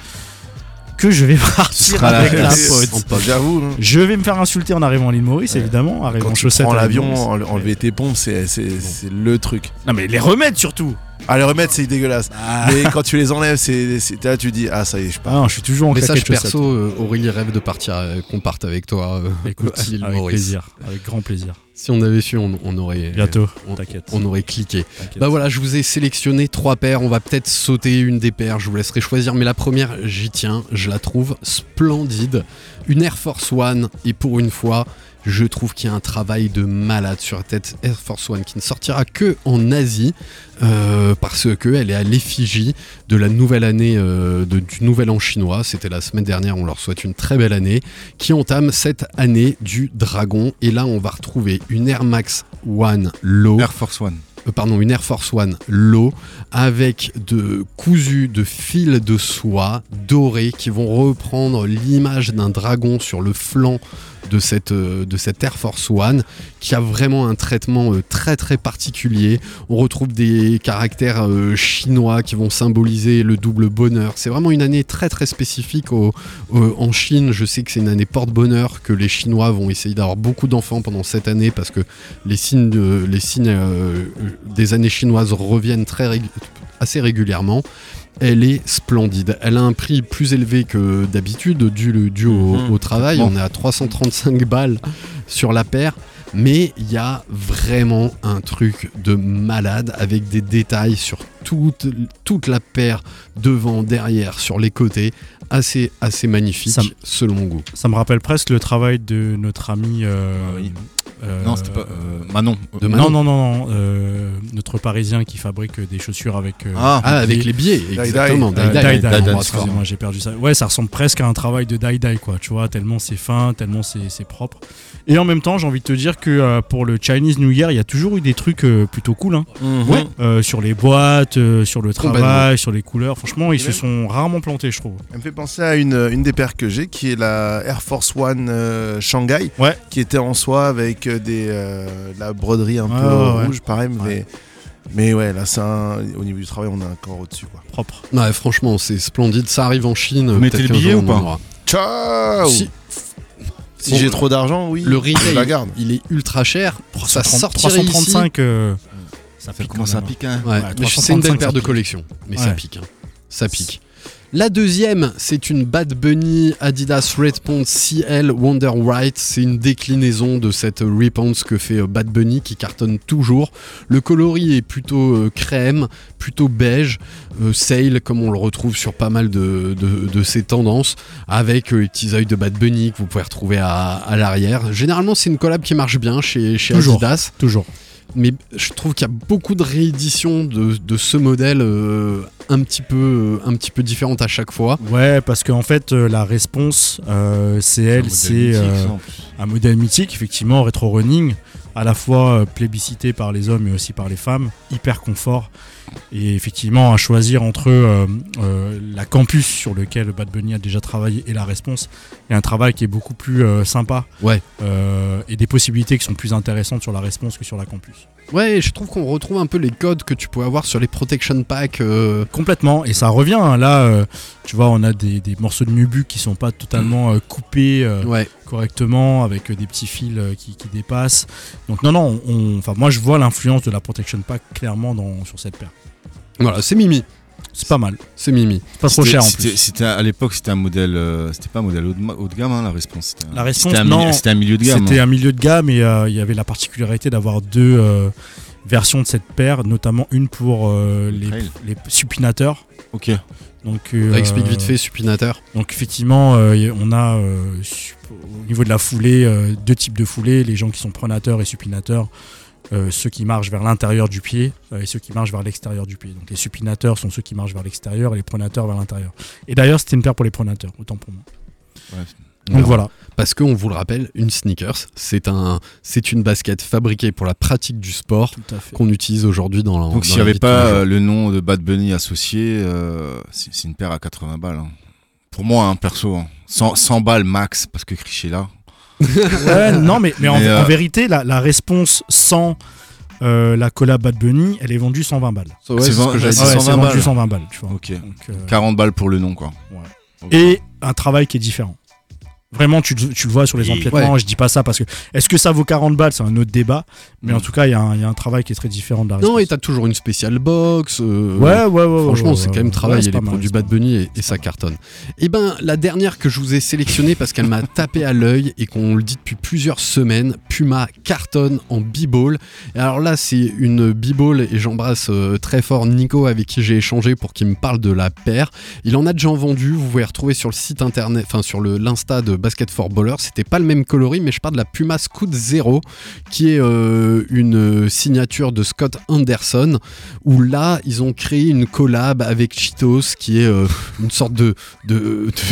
[SPEAKER 8] que je vais [LAUGHS] partir
[SPEAKER 5] sera la
[SPEAKER 8] avec la
[SPEAKER 5] classe.
[SPEAKER 8] pote.
[SPEAKER 9] J'avoue. hein.
[SPEAKER 8] Je vais me faire insulter en arrivant à l'île Maurice, évidemment. Arrivant
[SPEAKER 9] Quand
[SPEAKER 8] en
[SPEAKER 9] tu
[SPEAKER 8] chaussettes.
[SPEAKER 9] prends
[SPEAKER 8] à l'île
[SPEAKER 9] l'avion,
[SPEAKER 8] Maurice.
[SPEAKER 9] en- enlever tes pompes, c'est c'est- c'est le truc.
[SPEAKER 8] Non, mais les remèdes surtout.
[SPEAKER 9] Ah, les remettre, c'est dégueulasse. Mais quand tu les enlèves, c'est c'est- là, tu dis, ah, ça y est, je pars.
[SPEAKER 8] Ah non, je suis toujours en
[SPEAKER 1] Message
[SPEAKER 8] claquette chaussettes.
[SPEAKER 1] perso, euh, Aurélie rêve de partir, euh, qu'on parte avec toi. euh, [LAUGHS]
[SPEAKER 8] Écoute,
[SPEAKER 1] à l'île
[SPEAKER 8] avec
[SPEAKER 1] Maurice.
[SPEAKER 8] plaisir. Avec grand plaisir.
[SPEAKER 1] Si on avait su, on, on aurait
[SPEAKER 8] Bientôt.
[SPEAKER 1] on-
[SPEAKER 8] T'inquiète.
[SPEAKER 1] on aurait cliqué.
[SPEAKER 8] T'inquiète.
[SPEAKER 1] Bah voilà, je vous ai sélectionné trois paires. On va peut-être sauter une des paires. Je vous laisserai choisir, mais la première, j'y tiens. Je la trouve splendide. Une Air Force One et pour une fois, je trouve qu'il y a un travail de malade sur la tête Air Force One qui ne sortira que en Asie euh, parce que elle est à l'effigie de la nouvelle année euh, de- du nouvel an chinois. C'était la semaine dernière. On leur souhaite une très belle année qui entame cette année du dragon. Et là, on va retrouver une Air Max One Low
[SPEAKER 5] Air Force One.
[SPEAKER 1] euh, pardon, une Air Force One Low avec de cousu de fils de soie dorés qui vont reprendre l'image d'un dragon sur le flanc de cette, euh, de cette Air Force One qui a vraiment un traitement euh, très très particulier. On retrouve des caractères euh, chinois qui vont symboliser le double bonheur. C'est vraiment une année très très spécifique au- au- en Chine. Je sais que c'est une année porte-bonheur, que les Chinois vont essayer d'avoir beaucoup d'enfants pendant cette année parce que les signes, de- les signes euh, des années chinoises reviennent très rég- assez régulièrement. Elle est splendide. Elle a un prix plus élevé que d'habitude dû, dû au,
[SPEAKER 9] Mhm.
[SPEAKER 1] au travail.
[SPEAKER 5] Bon.
[SPEAKER 1] On est à 335 balles sur la paire. Mais il y a vraiment un truc de malade avec des détails sur toute, toute la paire, devant, derrière, sur les côtés. Assez, assez magnifique
[SPEAKER 8] Ça me-
[SPEAKER 1] selon mon goût.
[SPEAKER 8] Ça me rappelle presque le travail de notre ami. euh,
[SPEAKER 5] Ah oui.
[SPEAKER 8] euh,
[SPEAKER 5] Non, c'était pas. euh, Manon.
[SPEAKER 1] De
[SPEAKER 8] non,
[SPEAKER 1] Manon.
[SPEAKER 8] non, non, non, euh, notre Parisien qui fabrique des chaussures avec. euh,
[SPEAKER 5] Ah,
[SPEAKER 1] Ah, avec les billets,
[SPEAKER 9] Dai-dai.
[SPEAKER 1] exactement.
[SPEAKER 8] euh,
[SPEAKER 1] Dai-dai,
[SPEAKER 8] Dai-Dai,
[SPEAKER 1] on embrasse fort.
[SPEAKER 8] excusez-moi, j'ai perdu ça. Ouais, ça ressemble presque à un travail de Dai Dai, quoi, tu vois, tellement c'est fin, tellement c'est c'est propre. Et en même temps, j'ai envie de te dire que euh, pour le Chinese New Year, il y a toujours eu des trucs euh, plutôt cool, hein.
[SPEAKER 9] Ouais.
[SPEAKER 8] Euh, sur les boîtes, euh, sur le
[SPEAKER 1] Complètement.
[SPEAKER 8] travail, sur les couleurs. Franchement, ils se
[SPEAKER 9] même-
[SPEAKER 8] sont rarement plantés, je trouve.
[SPEAKER 9] Elle me fait penser à une, une des paires que j'ai, qui est la Air Force One euh, Shanghai,
[SPEAKER 8] Ouais.
[SPEAKER 9] qui était en soie avec euh, des, euh, de la broderie un
[SPEAKER 8] Ouais,
[SPEAKER 9] peu
[SPEAKER 8] ouais, ouais.
[SPEAKER 9] rouge, pareil.
[SPEAKER 8] Ouais.
[SPEAKER 9] Mais, mais ouais, là, c'est un- au niveau du travail, on a un corps au-dessus. quoi.
[SPEAKER 8] Propre.
[SPEAKER 1] Ouais, franchement, c'est splendide. Ça arrive en Chine.
[SPEAKER 5] Vous mettez
[SPEAKER 1] peut-être
[SPEAKER 5] le billet
[SPEAKER 1] qu'un
[SPEAKER 5] ou
[SPEAKER 1] jour, on
[SPEAKER 5] pas
[SPEAKER 1] en aura.
[SPEAKER 9] Ciao
[SPEAKER 1] Si,
[SPEAKER 9] Si
[SPEAKER 1] Bon,
[SPEAKER 9] j'ai trop d'argent, oui.
[SPEAKER 1] le
[SPEAKER 9] je la
[SPEAKER 1] retail,
[SPEAKER 9] garde.
[SPEAKER 1] il est ultra cher. Ça
[SPEAKER 8] 330,
[SPEAKER 1] sortirait ici.
[SPEAKER 8] 335, euh, ça
[SPEAKER 5] ça
[SPEAKER 8] pique quand
[SPEAKER 5] commence à
[SPEAKER 8] même, hein.
[SPEAKER 5] piquer. hein.
[SPEAKER 1] Ouais,
[SPEAKER 8] Ouais,
[SPEAKER 1] mais c'est une
[SPEAKER 8] 335,
[SPEAKER 1] belle paire
[SPEAKER 8] ça
[SPEAKER 1] de
[SPEAKER 8] pique.
[SPEAKER 1] collection. Mais ça
[SPEAKER 8] Ouais.
[SPEAKER 1] pique. hein. Ça pique. La deuxième, c'est une Bad Bunny Adidas Response CL Wonder White. C'est une déclinaison de cette Response que fait euh, Bad Bunny qui cartonne toujours. Le coloris est plutôt euh, crème, plutôt beige, euh, sale comme on le retrouve sur pas mal de, de, de ses tendances, avec euh, les petits œils de Bad Bunny que vous pouvez retrouver à, à l'arrière. Généralement, c'est une collab qui marche bien chez, chez
[SPEAKER 8] Toujours.
[SPEAKER 1] Adidas
[SPEAKER 8] Toujours.
[SPEAKER 1] mais je trouve qu'il y a beaucoup de rééditions de, de ce modèle euh, un petit peu euh, un petit peu différente à chaque fois.
[SPEAKER 8] Ouais, parce qu'en fait, euh, la réponse, euh, c'est
[SPEAKER 5] Un
[SPEAKER 8] elle,
[SPEAKER 5] modèle
[SPEAKER 8] c'est
[SPEAKER 5] mythique,
[SPEAKER 8] euh,
[SPEAKER 5] ça, en plus.
[SPEAKER 8] un modèle mythique, effectivement, rétro running. à la fois euh, plébiscité par les hommes mais aussi par les femmes, hyper confort. Et effectivement, à choisir entre euh, euh, la campus sur lequel Bad Bunny a déjà travaillé et la réponse, il y a un travail qui est beaucoup plus euh, sympa.
[SPEAKER 1] Ouais.
[SPEAKER 8] Euh, et des possibilités qui sont plus intéressantes sur la réponse que sur la campus.
[SPEAKER 1] Ouais, je trouve qu'on retrouve un peu les codes que tu pouvais avoir sur les protection packs. euh,
[SPEAKER 8] Complètement, et ça revient. hein. Là, euh, tu vois, on a des, des morceaux de Mubu qui sont pas totalement euh, coupés. euh,
[SPEAKER 1] Ouais.
[SPEAKER 8] correctement avec euh, des petits fils euh, qui, qui dépassent. Donc non non, on- on- enfin moi je vois l'influence de la protection pack clairement dans, sur cette paire.
[SPEAKER 1] Voilà, c'est Mimi.
[SPEAKER 8] C'est pas mal,
[SPEAKER 1] C'est Mimi.
[SPEAKER 8] C'est pas trop
[SPEAKER 5] C'était-
[SPEAKER 8] cher en
[SPEAKER 5] c'était-
[SPEAKER 8] plus.
[SPEAKER 5] C'était à l'époque, c'était un modèle, euh, c'était pas un modèle haut de, ma- haut de gamme, hein, la réponse. C'était un-
[SPEAKER 8] La réponse,
[SPEAKER 5] c'était un,
[SPEAKER 8] non.
[SPEAKER 5] milieu- c'était un milieu de gamme.
[SPEAKER 8] C'était
[SPEAKER 5] hein.
[SPEAKER 8] un milieu de gamme et euh, il y avait la particularité d'avoir deux euh, versions de cette paire, notamment une pour euh, les,
[SPEAKER 5] Trail.
[SPEAKER 8] les supinateurs.
[SPEAKER 5] Ok.
[SPEAKER 8] Donc, euh,
[SPEAKER 1] Explique vite fait, supinateur.
[SPEAKER 8] Donc effectivement, euh, y- on a euh, su- au niveau de la foulée euh, deux types de foulées, les gens qui sont pronateurs et supinateurs, euh, ceux qui marchent vers l'intérieur du pied euh, et ceux qui marchent vers l'extérieur du pied. Donc les supinateurs sont ceux qui marchent vers l'extérieur et les pronateurs vers l'intérieur. Et d'ailleurs, c'était une paire pour les pronateurs, autant pour moi.
[SPEAKER 5] Ouais.
[SPEAKER 8] Donc
[SPEAKER 1] Alors,
[SPEAKER 8] voilà,
[SPEAKER 1] Parce qu'on vous le rappelle, une sneakers, c'est un, c'est une basket fabriquée pour la pratique du sport
[SPEAKER 8] tout à fait.
[SPEAKER 1] qu'on utilise aujourd'hui dans la. dans
[SPEAKER 5] Donc s'il n'y
[SPEAKER 1] la vie
[SPEAKER 5] avait
[SPEAKER 1] de tous les
[SPEAKER 5] pas
[SPEAKER 1] jours.
[SPEAKER 5] euh, le nom de Bad Bunny associé, euh, c'est c'est une paire à 80 balles. hein. Pour moi, hein, perso, hein. 100, 100 balles max parce que Criché là.
[SPEAKER 8] Ouais, non, mais, mais, en,
[SPEAKER 5] Mais, euh,
[SPEAKER 8] en vérité, la, la réponse sans euh, la collab Bad Bunny, elle est vendue 120 balles. Ah
[SPEAKER 1] Ouais,
[SPEAKER 5] c'est
[SPEAKER 1] c'est ce
[SPEAKER 5] vingt-
[SPEAKER 1] que j'allais
[SPEAKER 5] ouais,
[SPEAKER 8] Ouais,
[SPEAKER 1] dire.
[SPEAKER 5] c'est 120
[SPEAKER 8] c'est vendu
[SPEAKER 5] balles.
[SPEAKER 8] 120 balles, tu vois.
[SPEAKER 5] Ok.
[SPEAKER 8] Donc, euh,
[SPEAKER 5] 40 balles pour le nom quoi.
[SPEAKER 8] et un travail qui est différent. Vraiment, tu, le- tu le vois sur les
[SPEAKER 1] Et-
[SPEAKER 8] empiètements. Je dis pas ça parce que est-ce que ça vaut 40 balles, c'est un autre débat. Mais
[SPEAKER 5] Mm.
[SPEAKER 8] en tout cas, il y, a un il y a un travail qui est très différent de la
[SPEAKER 1] Non, et
[SPEAKER 8] réponse.
[SPEAKER 1] t'as toujours une spéciale box. euh,
[SPEAKER 8] ouais, ouais, ouais, ouais,
[SPEAKER 1] Franchement,
[SPEAKER 8] ouais,
[SPEAKER 1] c'est
[SPEAKER 8] ouais,
[SPEAKER 1] quand même
[SPEAKER 8] ouais,
[SPEAKER 1] travaillé
[SPEAKER 8] c'est pas
[SPEAKER 1] les
[SPEAKER 8] mal,
[SPEAKER 1] produits
[SPEAKER 8] c'est pas
[SPEAKER 1] Bad Bunny et, et ça cartonne. Et ben, la dernière que je vous ai sélectionnée parce qu'elle m'a [LAUGHS] tapé à l'œil et qu'on le dit depuis plusieurs semaines, Puma cartonne en b-ball. Et alors là, c'est une b-ball et j'embrasse euh, très fort Nico avec qui j'ai échangé pour qu'il me parle de la paire. Il en a déjà vendu, vous pouvez retrouver sur le site internet, enfin sur le- l'insta de Basket for Baller. C'était pas le même coloris, mais je parle de la Puma Scoot Zero qui est euh, une signature de Scott Anderson où là, ils ont créé une collab avec Cheetos, qui est euh, une sorte de, de,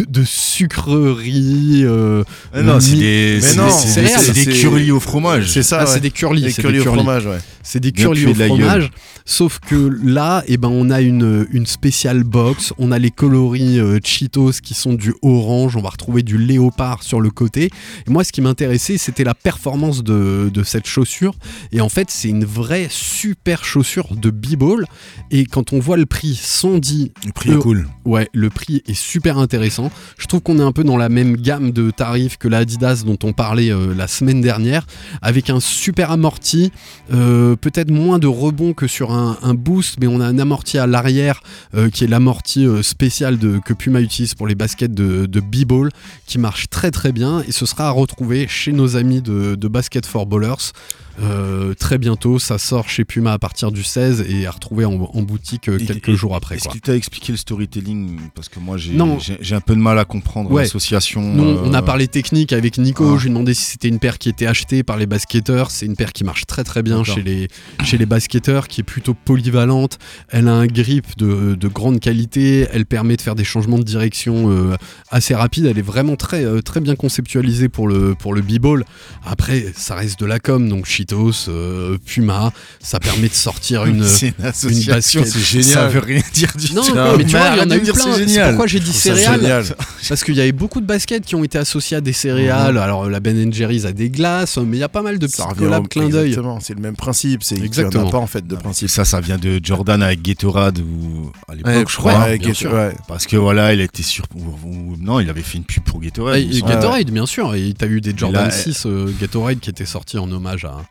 [SPEAKER 1] de, de sucrerie. euh,
[SPEAKER 5] Mais non, c'est
[SPEAKER 1] mi-
[SPEAKER 5] des,
[SPEAKER 9] Mais
[SPEAKER 5] c'est
[SPEAKER 9] non,
[SPEAKER 5] des- c'est
[SPEAKER 1] c'est
[SPEAKER 5] des,
[SPEAKER 1] réel,
[SPEAKER 5] c'est des
[SPEAKER 9] c'est-
[SPEAKER 5] curly au fromage.
[SPEAKER 9] C'est ça,
[SPEAKER 1] ah, c'est
[SPEAKER 9] ouais.
[SPEAKER 1] des curly,
[SPEAKER 9] Les
[SPEAKER 1] c'est
[SPEAKER 9] curly
[SPEAKER 1] des
[SPEAKER 9] au
[SPEAKER 1] curly.
[SPEAKER 9] fromage, ouais.
[SPEAKER 1] C'est des
[SPEAKER 5] Bien
[SPEAKER 1] curly
[SPEAKER 5] puer
[SPEAKER 1] au
[SPEAKER 5] de la
[SPEAKER 1] fromage. Sauf que là, eh ben, on a une, une spéciale box. On a les coloris euh, Cheetos qui sont du orange. On va retrouver du léopard sur le côté. Et moi, ce qui m'intéressait, c'était la performance de, de cette chaussure. Et en fait, c'est une vraie super chaussure de b-ball. Et quand on voit le prix 110
[SPEAKER 5] Le prix
[SPEAKER 1] Euh,
[SPEAKER 5] est cool.
[SPEAKER 1] Ouais, le prix est super intéressant. Je trouve qu'on est un peu dans la même gamme de tarifs que la Adidas dont on parlait euh, la semaine dernière, avec un super amorti, euh, peut-être moins de rebond que sur un, un boost, mais on a un amorti à l'arrière euh, qui est l'amorti euh, spécial de, que Puma utilise pour les baskets de, de b-ball, qui marche très très bien et ce sera à retrouver chez nos amis de, de Basket for Ballers. euh, très bientôt, ça sort chez Puma à partir du 16 et à retrouver en, en boutique euh,
[SPEAKER 5] Et-
[SPEAKER 1] quelques
[SPEAKER 5] et-
[SPEAKER 1] jours après.
[SPEAKER 5] Est-ce
[SPEAKER 1] quoi.
[SPEAKER 5] que tu as expliqué le storytelling Parce que moi, j'ai
[SPEAKER 1] Non.
[SPEAKER 5] j'ai- j'ai un peu de mal à comprendre
[SPEAKER 1] Ouais.
[SPEAKER 5] l'association.
[SPEAKER 1] Nous, on- on a
[SPEAKER 5] euh,
[SPEAKER 1] parlé technique avec Nico.
[SPEAKER 5] Ah.
[SPEAKER 1] Je lui ai demandé si c'était une paire qui était achetée par les basketteurs. C'est une paire qui marche très très bien
[SPEAKER 5] D'accord.
[SPEAKER 1] chez les, chez les basketteurs, qui est plutôt polyvalente. Elle a un grip de, de grande qualité. Elle permet de faire des changements de direction euh, assez rapides. Elle est vraiment très, euh, très bien conceptualisée pour le, pour le b-ball. Après, ça reste de la com. Donc Cheetos, euh, Puma, ça permet de sortir
[SPEAKER 9] [LAUGHS]
[SPEAKER 1] une.
[SPEAKER 5] Ah, C'est une association,
[SPEAKER 1] basket.
[SPEAKER 5] c'est génial.
[SPEAKER 1] Ça veut
[SPEAKER 5] rien dire du
[SPEAKER 1] Non,
[SPEAKER 5] tout.
[SPEAKER 1] non, mais tu vois,
[SPEAKER 9] Bah,
[SPEAKER 1] il y
[SPEAKER 5] arrête
[SPEAKER 1] en
[SPEAKER 5] de
[SPEAKER 1] a eu
[SPEAKER 5] dire
[SPEAKER 1] plein.
[SPEAKER 5] c'est
[SPEAKER 1] C'est
[SPEAKER 5] génial.
[SPEAKER 1] pourquoi j'ai dit
[SPEAKER 5] Je trouve ça
[SPEAKER 1] céréales.
[SPEAKER 5] génial.
[SPEAKER 1] Parce qu'il y avait beaucoup de baskets qui ont été associés à des céréales. Alors la Ben Jerry's a des glaces, mais il y a pas mal de
[SPEAKER 9] Ça
[SPEAKER 1] petits
[SPEAKER 9] revient
[SPEAKER 1] collabs
[SPEAKER 9] au
[SPEAKER 1] clin d'œil.
[SPEAKER 9] Exactement, c'est le même principe. C'est qu'il n'y en
[SPEAKER 1] Exactement.
[SPEAKER 9] a pas en fait de
[SPEAKER 5] Et
[SPEAKER 9] principe.
[SPEAKER 5] ça, ça vient de Jordan avec Gatorade ou à l'époque,
[SPEAKER 9] Ouais,
[SPEAKER 5] je crois.
[SPEAKER 9] ouais,
[SPEAKER 1] bien
[SPEAKER 9] Gator-
[SPEAKER 1] sûr.
[SPEAKER 9] ouais.
[SPEAKER 5] Parce que voilà, il a été sur. ou- ou- non, il avait fait une pub pour Gatorade.
[SPEAKER 1] Et-
[SPEAKER 5] il me
[SPEAKER 1] et
[SPEAKER 5] semble.
[SPEAKER 1] Gatorade, bien sûr. Et t'as eu des Jordan
[SPEAKER 5] là,
[SPEAKER 1] 6 euh, Gatorade qui étaient sortis en hommage à,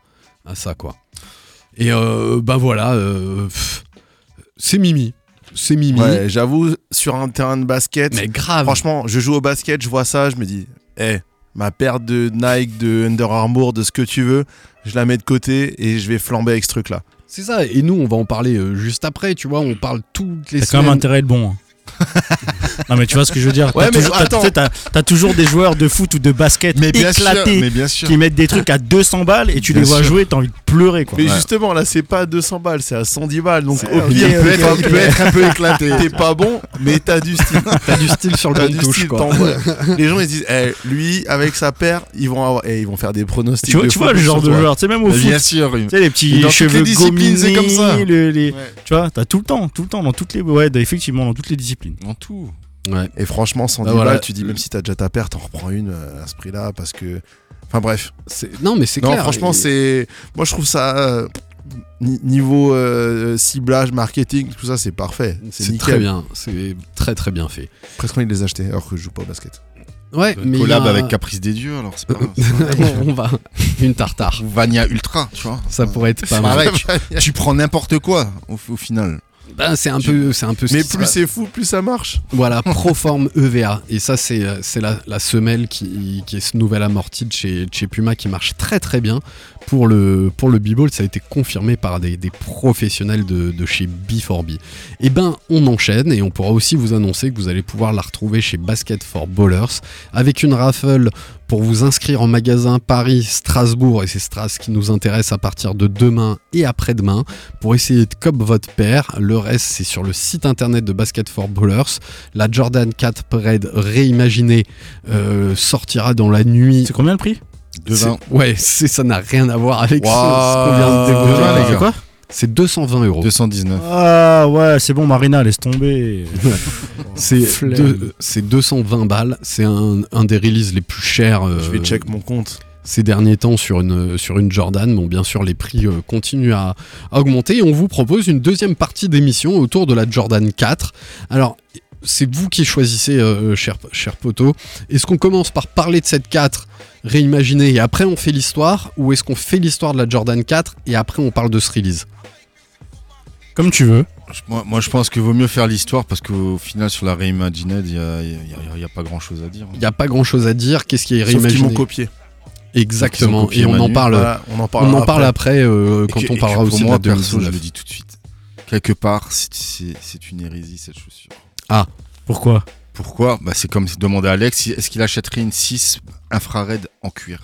[SPEAKER 1] à ça, quoi. Et euh, bah voilà, euh, pff, c'est Mimi. C'est Mimi.
[SPEAKER 9] Ouais, j'avoue, sur un terrain de basket,
[SPEAKER 1] Mais grave.
[SPEAKER 9] franchement, je joue au basket, je vois ça, je me dis, hé, ma paire de Nike, de Under Armour, de ce que tu veux, je la mets de côté et je vais flamber avec ce truc-là.
[SPEAKER 1] C'est ça. Et nous, on va en parler euh, juste après. Tu vois, on parle toutes les
[SPEAKER 8] T'as quand
[SPEAKER 1] semaines.
[SPEAKER 8] même intérêt à être bon. hein. non mais tu vois ce que je veux dire.
[SPEAKER 9] Ouais,
[SPEAKER 8] T'as
[SPEAKER 9] mais
[SPEAKER 8] toujours, t'as-
[SPEAKER 9] attends.
[SPEAKER 8] tu sais, t'as- t'as toujours des joueurs de foot ou de basket
[SPEAKER 5] Mais bien sûr,
[SPEAKER 8] éclatés
[SPEAKER 5] mais bien sûr.
[SPEAKER 8] qui mettent des trucs à 200 balles et tu
[SPEAKER 5] Bien
[SPEAKER 8] les vois
[SPEAKER 5] sûr.
[SPEAKER 8] jouer, t'as envie de pleurer quoi.
[SPEAKER 9] Mais justement, là, c'est pas à 200 balles, c'est à 110 balles. Donc, au
[SPEAKER 5] Il
[SPEAKER 9] pire,
[SPEAKER 5] peut
[SPEAKER 9] t'es pas,
[SPEAKER 5] être- il peut être un peu éclaté.
[SPEAKER 9] t'es pas bon, mais t'as du style.
[SPEAKER 7] T'as du style
[SPEAKER 9] [LAUGHS]
[SPEAKER 7] sur
[SPEAKER 9] T'as
[SPEAKER 7] le
[SPEAKER 9] du
[SPEAKER 7] touche,
[SPEAKER 9] style,
[SPEAKER 7] quoi.
[SPEAKER 9] t'envoies. [LAUGHS] Les gens, ils disent, eh, lui, avec sa paire, ils vont, avoir, eh, ils vont faire des pronostics.
[SPEAKER 8] Tu vois,
[SPEAKER 9] de
[SPEAKER 8] tu vois
[SPEAKER 9] foot
[SPEAKER 8] le genre
[SPEAKER 9] sur
[SPEAKER 8] de
[SPEAKER 9] toi.
[SPEAKER 8] joueur, tu sais, même au foot,
[SPEAKER 5] Bien sûr.
[SPEAKER 8] tu sais, les petits
[SPEAKER 5] Dans toutes
[SPEAKER 8] cheveux
[SPEAKER 5] les disciplines, c'est
[SPEAKER 8] gominés,
[SPEAKER 5] comme ça.
[SPEAKER 8] le- les-
[SPEAKER 5] Ouais.
[SPEAKER 8] Tu vois, t'as tout le temps, tout le temps, dans toutes les. Ouais, effectivement, dans toutes les disciplines.
[SPEAKER 5] En tout.
[SPEAKER 1] Ouais.
[SPEAKER 9] Et franchement, 110
[SPEAKER 1] Ah, voilà.
[SPEAKER 9] balles, tu dis, même si t'as déjà ta paire, t'en reprends une euh, à ce prix-là, parce que. Enfin, bref.
[SPEAKER 1] C'est- Non, mais c'est
[SPEAKER 9] Non,
[SPEAKER 1] clair.
[SPEAKER 9] franchement,
[SPEAKER 1] Et-
[SPEAKER 9] c'est. Moi, je trouve ça. euh, ni- Niveau euh, ciblage, marketing, tout ça, c'est parfait. C'est
[SPEAKER 1] C'est
[SPEAKER 9] nickel.
[SPEAKER 1] très bien. C'est très très bien fait.
[SPEAKER 9] Presque envie de les acheter, alors que je joue pas au basket.
[SPEAKER 1] Ouais,
[SPEAKER 9] Euh,
[SPEAKER 1] mais. il y
[SPEAKER 5] Collab
[SPEAKER 1] a-
[SPEAKER 5] avec Caprice des Dieux, alors c'est pas. c'est
[SPEAKER 1] [LAUGHS]
[SPEAKER 5] pas-
[SPEAKER 1] On va. Une tartare.
[SPEAKER 5] Ou Vania Ultra, tu vois.
[SPEAKER 1] Ça pourrait être pas
[SPEAKER 5] C'est
[SPEAKER 1] mal.
[SPEAKER 5] pareil, tu, tu prends n'importe quoi au, au final.
[SPEAKER 1] Ben, c'est un peu, c'est un peu. ce
[SPEAKER 9] Mais
[SPEAKER 1] qui se
[SPEAKER 9] plus
[SPEAKER 1] passe.
[SPEAKER 9] c'est fou, plus ça marche.
[SPEAKER 1] Voilà, Proform EVA. Et ça, c'est euh, c'est la, la semelle qui, qui est ce nouvel amorti de chez, de chez Puma qui marche très très bien. Pour le, pour le b-ball, ça a été confirmé par des, des professionnels de, de chez B4B. Et ben, on enchaîne et on pourra aussi vous annoncer que vous allez pouvoir la retrouver chez Basket for Ballers avec une raffle pour vous inscrire en magasin Paris, Strasbourg, et c'est Stras qui nous intéresse à partir de demain et après-demain, pour essayer de cop votre paire. Le reste, c'est sur le site internet de Basket for Ballers. La Jordan 4 Red réimaginée euh, sortira dans la nuit.
[SPEAKER 8] C'est combien le prix
[SPEAKER 5] De
[SPEAKER 1] C'est-
[SPEAKER 5] vingt.
[SPEAKER 1] Ouais, c'est- ça n'a rien à voir avec ce- ce qu'on vient
[SPEAKER 9] Waouh.
[SPEAKER 1] de découvrir,
[SPEAKER 5] Devin,
[SPEAKER 1] les
[SPEAKER 5] les
[SPEAKER 1] gars.
[SPEAKER 5] gars.
[SPEAKER 8] quoi
[SPEAKER 1] C'est 220 euros.
[SPEAKER 5] 219.
[SPEAKER 8] Ah ouais, c'est bon, Marina, laisse tomber.
[SPEAKER 1] C'est
[SPEAKER 8] Flemme.
[SPEAKER 1] deux- c'est 220 balles. C'est un, un des releases les plus chers. euh,
[SPEAKER 9] Je vais check mon compte.
[SPEAKER 1] ces derniers temps sur une, sur une Jordan. Bon, bien sûr, les prix euh, continuent à, à augmenter et on vous propose une deuxième partie d'émission autour de la Jordan 4. Alors, c'est vous qui choisissez, euh, cher, cher poteau. Est-ce qu'on commence par parler de cette 4 réimaginée et après on fait l'histoire ou est-ce qu'on fait l'histoire de la Jordan 4 et après on parle de ce release
[SPEAKER 8] Comme tu veux.
[SPEAKER 5] Je- Moi, moi, je pense qu'il vaut mieux faire l'histoire parce qu'au final, sur la Reimagined, il n'y a, il y a- il y a pas grand chose à dire. hein.
[SPEAKER 1] Il n'y a pas grand chose à dire. Qu'est-ce qui est
[SPEAKER 9] Sauf qu'ils m'ont
[SPEAKER 1] réimaginé
[SPEAKER 9] copié.
[SPEAKER 1] Exactement.
[SPEAKER 5] Sauf qu'ils
[SPEAKER 1] et
[SPEAKER 5] ont
[SPEAKER 1] on en
[SPEAKER 5] copié Manu.
[SPEAKER 1] parle,
[SPEAKER 9] Voilà, on en parle.
[SPEAKER 1] on en
[SPEAKER 9] après.
[SPEAKER 1] parle après euh,
[SPEAKER 5] Et
[SPEAKER 1] quand
[SPEAKER 5] que-
[SPEAKER 1] on
[SPEAKER 5] et
[SPEAKER 1] parlera
[SPEAKER 5] que
[SPEAKER 1] aussi
[SPEAKER 5] Pour
[SPEAKER 1] de
[SPEAKER 5] moi,
[SPEAKER 1] la
[SPEAKER 5] perso, je
[SPEAKER 1] 2019.
[SPEAKER 5] le dis tout de suite. Quelque part, c'est- c'est c'est une hérésie cette chaussure.
[SPEAKER 8] Pourquoi
[SPEAKER 5] Pourquoi bah, C'est comme demander à Alex si- est-ce qu'il achèterait une 6 infrared en cuir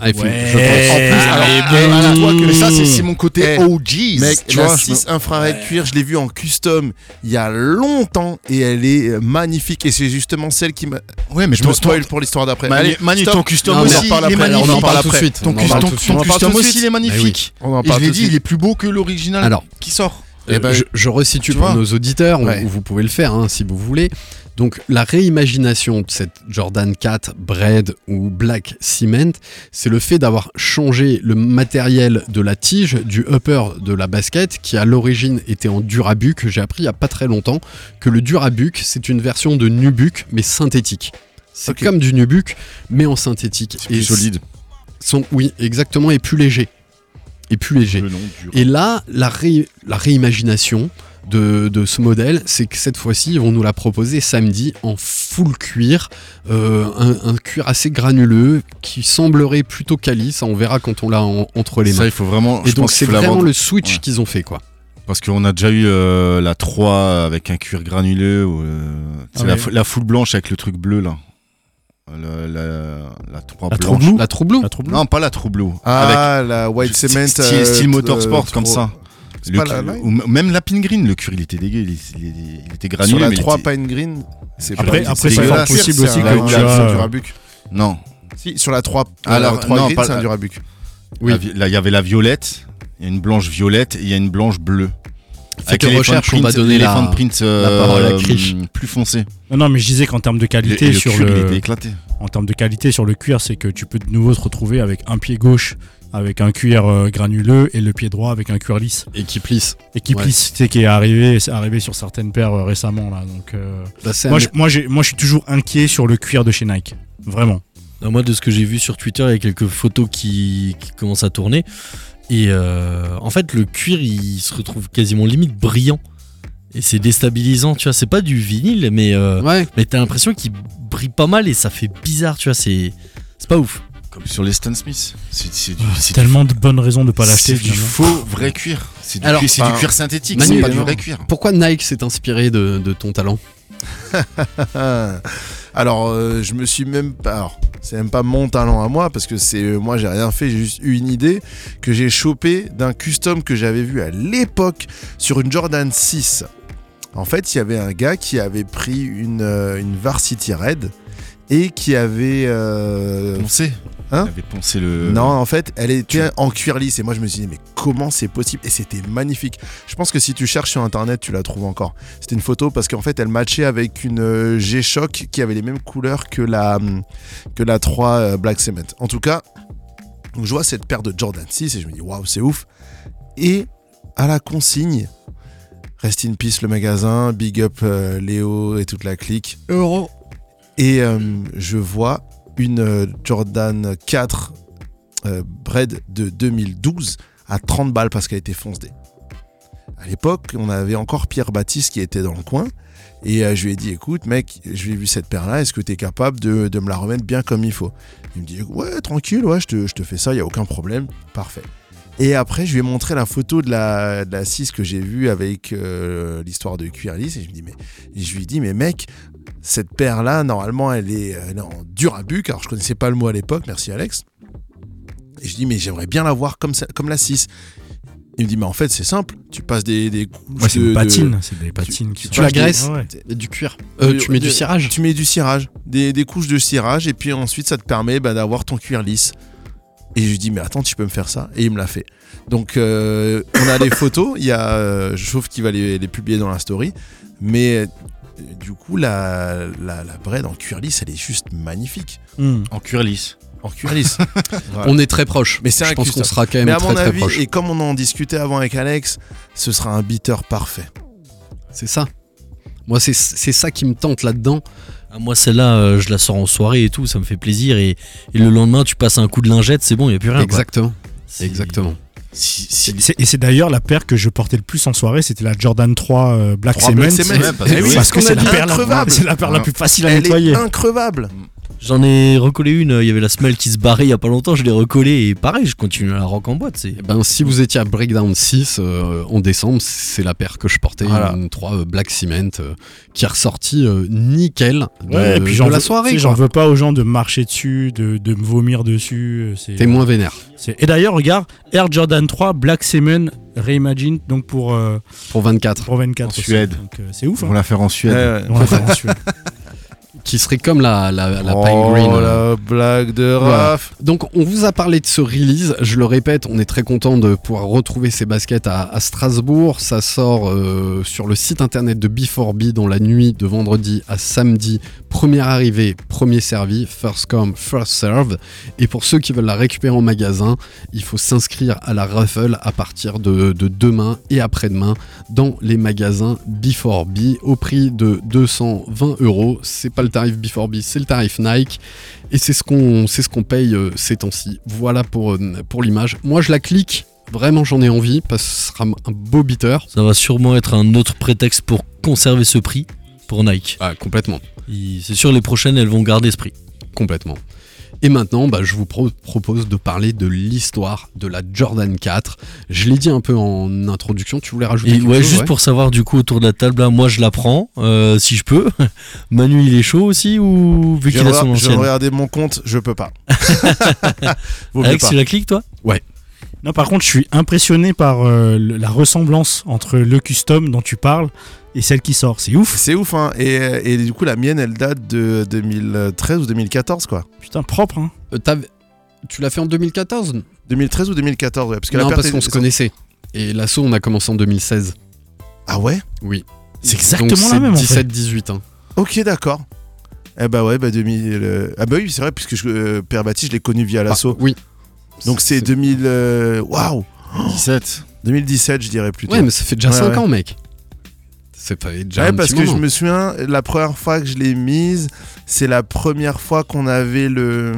[SPEAKER 1] Ah, il faut-
[SPEAKER 8] Ouais.
[SPEAKER 1] je pense-
[SPEAKER 5] En plus, alors,
[SPEAKER 8] mais
[SPEAKER 5] eh,
[SPEAKER 8] bon.
[SPEAKER 5] voilà, toi, que- ça, c'est c'est mon côté
[SPEAKER 9] Eh,
[SPEAKER 5] OG.
[SPEAKER 9] Mec, tu vois, 6 infrared cuir, je l'ai vu en custom il y a longtemps et elle est euh, magnifique. Et c'est justement celle qui m'a.
[SPEAKER 5] Ouais, mais
[SPEAKER 9] Je te spoil pour l'histoire d'après. Allez,
[SPEAKER 5] Manu,
[SPEAKER 9] stop.
[SPEAKER 5] ton custom
[SPEAKER 1] Non, mais
[SPEAKER 5] aussi,
[SPEAKER 1] on en
[SPEAKER 9] parle
[SPEAKER 5] il est
[SPEAKER 9] après, alors,
[SPEAKER 5] magnifique.
[SPEAKER 9] on en parle
[SPEAKER 1] tout de
[SPEAKER 9] après.
[SPEAKER 1] suite.
[SPEAKER 5] Ton
[SPEAKER 1] On en
[SPEAKER 5] custom,
[SPEAKER 1] parle
[SPEAKER 5] ton
[SPEAKER 1] tout de suite. Bah
[SPEAKER 9] On en parle tout
[SPEAKER 5] custom
[SPEAKER 9] de
[SPEAKER 5] aussi,
[SPEAKER 9] suite. Eh
[SPEAKER 5] il est magnifique.
[SPEAKER 9] On en
[SPEAKER 5] Et je
[SPEAKER 9] parle
[SPEAKER 5] l'ai
[SPEAKER 9] tout de
[SPEAKER 5] dit, il
[SPEAKER 9] suite.
[SPEAKER 5] est plus beau que l'original
[SPEAKER 1] Alors,
[SPEAKER 5] qui sort.
[SPEAKER 1] Euh,
[SPEAKER 5] Eh ben,
[SPEAKER 1] je, je resitue
[SPEAKER 5] tu
[SPEAKER 1] pour
[SPEAKER 5] vois
[SPEAKER 1] nos auditeurs, ou-
[SPEAKER 5] Ouais.
[SPEAKER 1] ou vous pouvez le faire hein, si vous voulez. Donc la réimagination de cette Jordan 4 Bread ou Black Cement, c'est le fait d'avoir changé le matériel de la tige, du upper de la basket, qui à l'origine était en durabuc. J'ai appris il n'y a pas très longtemps que le durabuc, c'est une version de nubuck, mais synthétique. C'est
[SPEAKER 9] Ok.
[SPEAKER 1] comme du nubuck, mais en synthétique.
[SPEAKER 5] C'est plus solide.
[SPEAKER 1] Sont, oui, exactement, et plus léger. Et plus léger.
[SPEAKER 5] Le nom du-
[SPEAKER 1] Et là, la, ré- la réimagination de, de ce modèle, c'est que cette fois-ci, ils vont nous la proposer samedi en full cuir, euh, un, un cuir assez granuleux qui semblerait plutôt calice. On verra quand on l'a en- entre les
[SPEAKER 5] Ça,
[SPEAKER 1] mains.
[SPEAKER 5] il faut vraiment.
[SPEAKER 1] Et
[SPEAKER 5] je
[SPEAKER 1] donc,
[SPEAKER 5] pense
[SPEAKER 1] c'est
[SPEAKER 5] qu'il faut l'avoir
[SPEAKER 1] vraiment le switch
[SPEAKER 5] Ouais.
[SPEAKER 1] qu'ils ont fait, quoi.
[SPEAKER 5] Parce qu'on a déjà eu euh, la 3 avec un cuir granuleux, ou, euh, c'est
[SPEAKER 8] Ah
[SPEAKER 5] la,
[SPEAKER 8] oui.
[SPEAKER 5] fou- la foule blanche avec le truc bleu là. Euh, La, la, la 3
[SPEAKER 8] La
[SPEAKER 5] blanche.
[SPEAKER 8] troublou
[SPEAKER 1] La troublou
[SPEAKER 8] La troublou
[SPEAKER 5] Non, pas la troublou. avec
[SPEAKER 9] Ah, la White
[SPEAKER 5] style,
[SPEAKER 9] Cement.
[SPEAKER 5] style,
[SPEAKER 9] euh,
[SPEAKER 5] style
[SPEAKER 9] euh,
[SPEAKER 5] motorsport
[SPEAKER 9] trop-
[SPEAKER 5] comme ça.
[SPEAKER 9] C'est
[SPEAKER 5] Le
[SPEAKER 9] pas la
[SPEAKER 5] cuir-
[SPEAKER 9] line
[SPEAKER 5] ou m- même la pin green, le cuir il était dégueu, il, il- il- il était granuleux.
[SPEAKER 9] Sur la
[SPEAKER 5] mais il
[SPEAKER 9] 3
[SPEAKER 5] était-
[SPEAKER 9] Pine Green, c'est
[SPEAKER 8] Après-
[SPEAKER 9] pas-
[SPEAKER 8] après,
[SPEAKER 9] c'est
[SPEAKER 5] c'est fort
[SPEAKER 9] dégueulasse.
[SPEAKER 8] possible
[SPEAKER 9] C'est
[SPEAKER 8] aussi
[SPEAKER 9] un-
[SPEAKER 5] que
[SPEAKER 9] un-
[SPEAKER 5] tu
[SPEAKER 9] c'est un
[SPEAKER 8] as-
[SPEAKER 9] Durabuc.
[SPEAKER 5] Non.
[SPEAKER 9] Si, sur la 3
[SPEAKER 5] Alors,
[SPEAKER 9] Alors, 3
[SPEAKER 5] non,
[SPEAKER 9] green,
[SPEAKER 5] pas-
[SPEAKER 9] c'est un Durabuc.
[SPEAKER 1] Oui.
[SPEAKER 5] La vi- Là, il y avait la violette, il y a une blanche violette et il y a une blanche bleue.
[SPEAKER 1] Faites les recherches, on va donner la-
[SPEAKER 5] l'éléphant print euh,
[SPEAKER 1] parole à Krish.
[SPEAKER 5] plus foncé.
[SPEAKER 8] non, non, mais je disais qu'en termes de
[SPEAKER 5] Le-
[SPEAKER 8] qualité
[SPEAKER 5] et le
[SPEAKER 8] sur
[SPEAKER 5] cuir, il
[SPEAKER 8] le,
[SPEAKER 5] était éclaté.
[SPEAKER 8] en termes de qualité sur le cuir, c'est que tu peux de nouveau te retrouver avec un pied gauche avec un cuir euh, granuleux et le pied droit avec un cuir lisse
[SPEAKER 1] et qui plisse.
[SPEAKER 8] et qui
[SPEAKER 1] Ouais.
[SPEAKER 8] plisse, tu sais, qui est arrivé, c'est arrivé sur certaines paires euh, récemment là. Donc euh,
[SPEAKER 1] Bah, c'est
[SPEAKER 8] moi,
[SPEAKER 1] un-
[SPEAKER 8] je, moi, j'ai- moi, je suis toujours inquiet sur le cuir de chez Nike, vraiment.
[SPEAKER 7] Euh, Moi, de ce que j'ai vu sur Twitter, il y a quelques photos qui, qui commencent à tourner. Et euh, en fait, le cuir, il se retrouve quasiment limite brillant. Et c'est déstabilisant, tu vois. C'est pas du vinyle, mais, euh,
[SPEAKER 1] Ouais,
[SPEAKER 7] mais t'as l'impression qu'il brille pas mal et ça fait bizarre, tu vois. C'est c'est pas ouf.
[SPEAKER 5] Comme sur les Stan Smith. C'est c'est du, c'est du-
[SPEAKER 8] Tellement de bonnes raisons de pas l'acheter.
[SPEAKER 5] c'est du
[SPEAKER 8] finalement.
[SPEAKER 5] faux vrai cuir. C'est du,
[SPEAKER 1] Alors,
[SPEAKER 5] cuir- c'est
[SPEAKER 1] ben,
[SPEAKER 5] du cuir synthétique,
[SPEAKER 1] Manu,
[SPEAKER 5] c'est pas
[SPEAKER 1] euh,
[SPEAKER 5] du
[SPEAKER 1] non.
[SPEAKER 5] vrai cuir.
[SPEAKER 1] pourquoi Nike s'est inspiré de, de ton talent
[SPEAKER 9] Ah. Alors, euh, je me suis même pas. alors, C'est même pas mon talent à moi parce que c'est euh, moi j'ai rien fait, j'ai juste eu une idée que j'ai chopée d'un custom que j'avais vu à l'époque sur une Jordan 6. En fait, il y avait un gars qui avait pris une, euh, une Varsity Red et qui avait euh,
[SPEAKER 5] Poncé
[SPEAKER 9] Hein
[SPEAKER 5] Il avait poncé
[SPEAKER 7] euh,
[SPEAKER 5] le.
[SPEAKER 9] non, en fait, elle était en cuir lisse. Et moi, je me suis dit, mais comment c'est possible Et c'était magnifique. Je pense que si tu cherches sur Internet, tu la trouves encore. C'était une photo parce qu'en fait, elle matchait avec une euh, G-Shock qui avait les mêmes couleurs que la, hum, que la 3 euh, Black Cement. En tout cas, donc, je vois cette paire de Jordan 6 et je me dis, waouh, c'est ouf. Et à la consigne, rest in peace le magasin, big up euh, Léo et toute la clique.
[SPEAKER 7] Euro.
[SPEAKER 9] Et euh, je vois une euh, Jordan 4 euh, Bred de 2012 à 30 balles parce qu'elle était foncée. À l'époque, on avait encore Pierre Baptiste qui était dans le coin. Et euh, je lui ai dit, écoute, mec, je lui ai vu cette paire-là, est-ce que tu es capable de, de me la remettre bien comme il faut Il me dit, ouais, tranquille, ouais, je te, je te fais ça, il n'y a aucun problème, parfait. Et après, je lui ai montré la photo de la, de la 6 que j'ai vue avec euh, l'histoire de cuir lisse. Et je, me dis, mais, et je lui ai dit, mais mec, cette paire-là, normalement, elle est, euh, elle est en durabuc. Alors, je connaissais pas le mot à l'époque, merci Alex. Et je dis, mais j'aimerais bien la voir comme, ça, comme la 6. Il me dit, mais en fait, c'est simple. Tu passes des, des couches
[SPEAKER 8] Ouais, c'est
[SPEAKER 9] de-
[SPEAKER 8] une
[SPEAKER 9] euh, de-
[SPEAKER 8] patine, c'est des patines qui
[SPEAKER 7] Tu la graisses
[SPEAKER 8] Ah ouais.
[SPEAKER 7] Du cuir.
[SPEAKER 9] Euh,
[SPEAKER 7] tu mets du
[SPEAKER 9] euh,
[SPEAKER 7] cirage.
[SPEAKER 9] Tu mets du cirage, des, des couches de cirage, et puis ensuite ça te permet bah, d'avoir ton cuir lisse. Et je lui dis, mais attends, tu peux me faire ça Et il me l'a fait. Donc euh, on a les photos, il y a euh, Chauffe qui va les, les publier dans la story, mais euh, du coup la, la, la braid en cuir lisse, elle est juste magnifique.
[SPEAKER 8] Hum.
[SPEAKER 5] En cuir lisse.
[SPEAKER 9] En
[SPEAKER 1] [LAUGHS]
[SPEAKER 9] cuir lisse. Voilà.
[SPEAKER 1] On est très proche.
[SPEAKER 9] Mais c'est
[SPEAKER 1] Je
[SPEAKER 9] un
[SPEAKER 1] pense
[SPEAKER 9] custom.
[SPEAKER 1] qu'on sera quand même
[SPEAKER 9] mais à
[SPEAKER 1] très
[SPEAKER 9] mon
[SPEAKER 1] très
[SPEAKER 9] avis,
[SPEAKER 1] proche.
[SPEAKER 9] et comme on en discutait avant avec Alex, ce sera un beater parfait.
[SPEAKER 1] C'est ça. Moi, c'est c'est ça qui me tente là-dedans.
[SPEAKER 7] Ah, Moi, celle-là, euh, je la sors en soirée et tout, ça me fait plaisir. Et, et le lendemain, tu passes un coup de lingette, c'est bon, il n'y a
[SPEAKER 8] Ah, bah.
[SPEAKER 7] plus rien. quoi.
[SPEAKER 1] Exactement.
[SPEAKER 7] C'est-
[SPEAKER 1] Exactement.
[SPEAKER 9] Si,
[SPEAKER 8] C'est- c'est- Et c'est d'ailleurs la paire que je portais le plus en soirée, c'était la Jordan 3 euh, Black
[SPEAKER 9] Trois
[SPEAKER 8] Cement.
[SPEAKER 9] Black Cement.
[SPEAKER 5] Ouais, parce
[SPEAKER 8] Eh
[SPEAKER 5] que
[SPEAKER 8] oui,
[SPEAKER 5] oui,
[SPEAKER 8] parce
[SPEAKER 9] ce
[SPEAKER 8] que
[SPEAKER 9] qu'on
[SPEAKER 8] c'est
[SPEAKER 9] a
[SPEAKER 8] la,
[SPEAKER 9] dit,
[SPEAKER 8] paire la,
[SPEAKER 9] increvable.
[SPEAKER 8] [LAUGHS] c'est la paire la plus facile à
[SPEAKER 9] elle
[SPEAKER 8] nettoyer.
[SPEAKER 9] est increvable.
[SPEAKER 7] J'en ai recollé une, euh, il y avait la semelle qui se barrait il n'y a pas longtemps, je l'ai recollée et pareil, je continue à la rock en boîte. C'est...
[SPEAKER 1] Eh ben, si vous étiez à Breakdown 6 euh, en décembre, c'est la paire que je portais,
[SPEAKER 9] Voilà.
[SPEAKER 1] une 3 euh, Black Cement, euh, qui est ressortie euh, nickel de,
[SPEAKER 8] Ouais, et puis j'en
[SPEAKER 1] de la
[SPEAKER 8] veux- tu
[SPEAKER 1] soirée.
[SPEAKER 8] sais,
[SPEAKER 1] quoi.
[SPEAKER 8] J'en veux pas aux gens de marcher dessus, de, de me vomir dessus. euh, C'est,
[SPEAKER 1] T'es moins vénère.
[SPEAKER 8] c'est- Et d'ailleurs, regarde, Air Jordan 3 Black Semen Reimagine, donc pour, euh,
[SPEAKER 1] Pour 24.
[SPEAKER 8] pour 24.
[SPEAKER 5] En
[SPEAKER 8] aussi.
[SPEAKER 5] Suède.
[SPEAKER 8] Donc, euh, c'est ouf.
[SPEAKER 5] On
[SPEAKER 8] hein.
[SPEAKER 5] va la faire en Suède.
[SPEAKER 9] Ouais, ouais.
[SPEAKER 8] On l'a fait en Suède.
[SPEAKER 1] Qui serait comme la, la, la
[SPEAKER 9] oh,
[SPEAKER 1] Pine Green. euh, là.
[SPEAKER 9] la blague de
[SPEAKER 1] Voilà.
[SPEAKER 9] Raph.
[SPEAKER 1] Donc on vous a parlé de ce release, je le répète, on est très content de pouvoir retrouver ces baskets à, à Strasbourg, ça sort euh, sur le site internet de B4B dans la nuit de vendredi à samedi, première arrivée, premier servi, first come, first serve, et pour ceux qui veulent la récupérer en magasin, il faut s'inscrire à la raffle à partir de, de demain et après-demain dans les magasins B4B au prix de 220 euros, c'est pas le tarif B4B, c'est le tarif Nike. Et c'est ce qu'on c'est ce qu'on paye euh, ces temps-ci. Voilà pour, euh, pour l'image. Moi, je la clique. Vraiment, j'en ai envie parce que ce sera un beau beater.
[SPEAKER 7] Ça va sûrement être un autre prétexte pour conserver ce prix pour Nike.
[SPEAKER 1] Ah, complètement.
[SPEAKER 7] Il- C'est sûr, les prochaines, elles vont garder ce prix.
[SPEAKER 1] Complètement. Et maintenant, bah, je vous pro- propose de parler de l'histoire de la Jordan 4. Je l'ai dit un peu en introduction. Tu voulais rajouter
[SPEAKER 7] Et
[SPEAKER 1] quelque
[SPEAKER 7] ouais,
[SPEAKER 1] chose,
[SPEAKER 7] juste pour savoir du coup autour de la table, là, moi je la prends, euh, si je peux. [LAUGHS] Manu il est chaud aussi ou vu
[SPEAKER 9] Je
[SPEAKER 7] qu'il a
[SPEAKER 9] vais
[SPEAKER 7] son
[SPEAKER 9] je vais
[SPEAKER 7] ancienne
[SPEAKER 9] regarder mon compte, je
[SPEAKER 1] [LAUGHS]
[SPEAKER 9] peux pas. Vaut mieux
[SPEAKER 7] Alex,
[SPEAKER 9] pas.
[SPEAKER 7] tu la cliques toi
[SPEAKER 8] Non, par contre, je suis impressionné par euh, le- la ressemblance entre le custom dont tu parles et celle qui sort. C'est ouf.
[SPEAKER 9] C'est ouf, hein. Et, et du coup, la mienne, elle date de 2013 ou 2014, quoi.
[SPEAKER 8] Putain, propre. Hein.
[SPEAKER 1] Euh, t'avais- tu l'as fait en 2014
[SPEAKER 9] 2013 ou 2014, ouais. Parce que la
[SPEAKER 1] Non,
[SPEAKER 9] perte
[SPEAKER 1] parce
[SPEAKER 9] est-
[SPEAKER 1] qu'on se connaissait. Et l'assaut, on a commencé en 2016.
[SPEAKER 9] Ah ouais
[SPEAKER 1] Oui.
[SPEAKER 8] C'est exactement
[SPEAKER 1] Donc,
[SPEAKER 8] la même, en fait.
[SPEAKER 1] C'est 17-18. hein.
[SPEAKER 9] Ok, d'accord. Eh bah ouais, bah 2000. euh, Ah bah oui, c'est vrai, puisque je, euh, Père Baptiste, je l'ai connu via l'assaut.
[SPEAKER 1] Ah, oui.
[SPEAKER 9] Donc c'est 2000. euh, Waouh
[SPEAKER 5] 17.
[SPEAKER 9] 2017, je dirais plutôt.
[SPEAKER 1] Ouais, mais ça fait déjà
[SPEAKER 9] Ouais,
[SPEAKER 1] 5
[SPEAKER 9] ouais.
[SPEAKER 1] ans, mec. C'est pas déjà
[SPEAKER 9] Ouais,
[SPEAKER 1] un
[SPEAKER 9] parce
[SPEAKER 1] petit
[SPEAKER 9] que je
[SPEAKER 1] moment.
[SPEAKER 9] me souviens, la première fois que je l'ai mise, c'est la première fois qu'on avait le,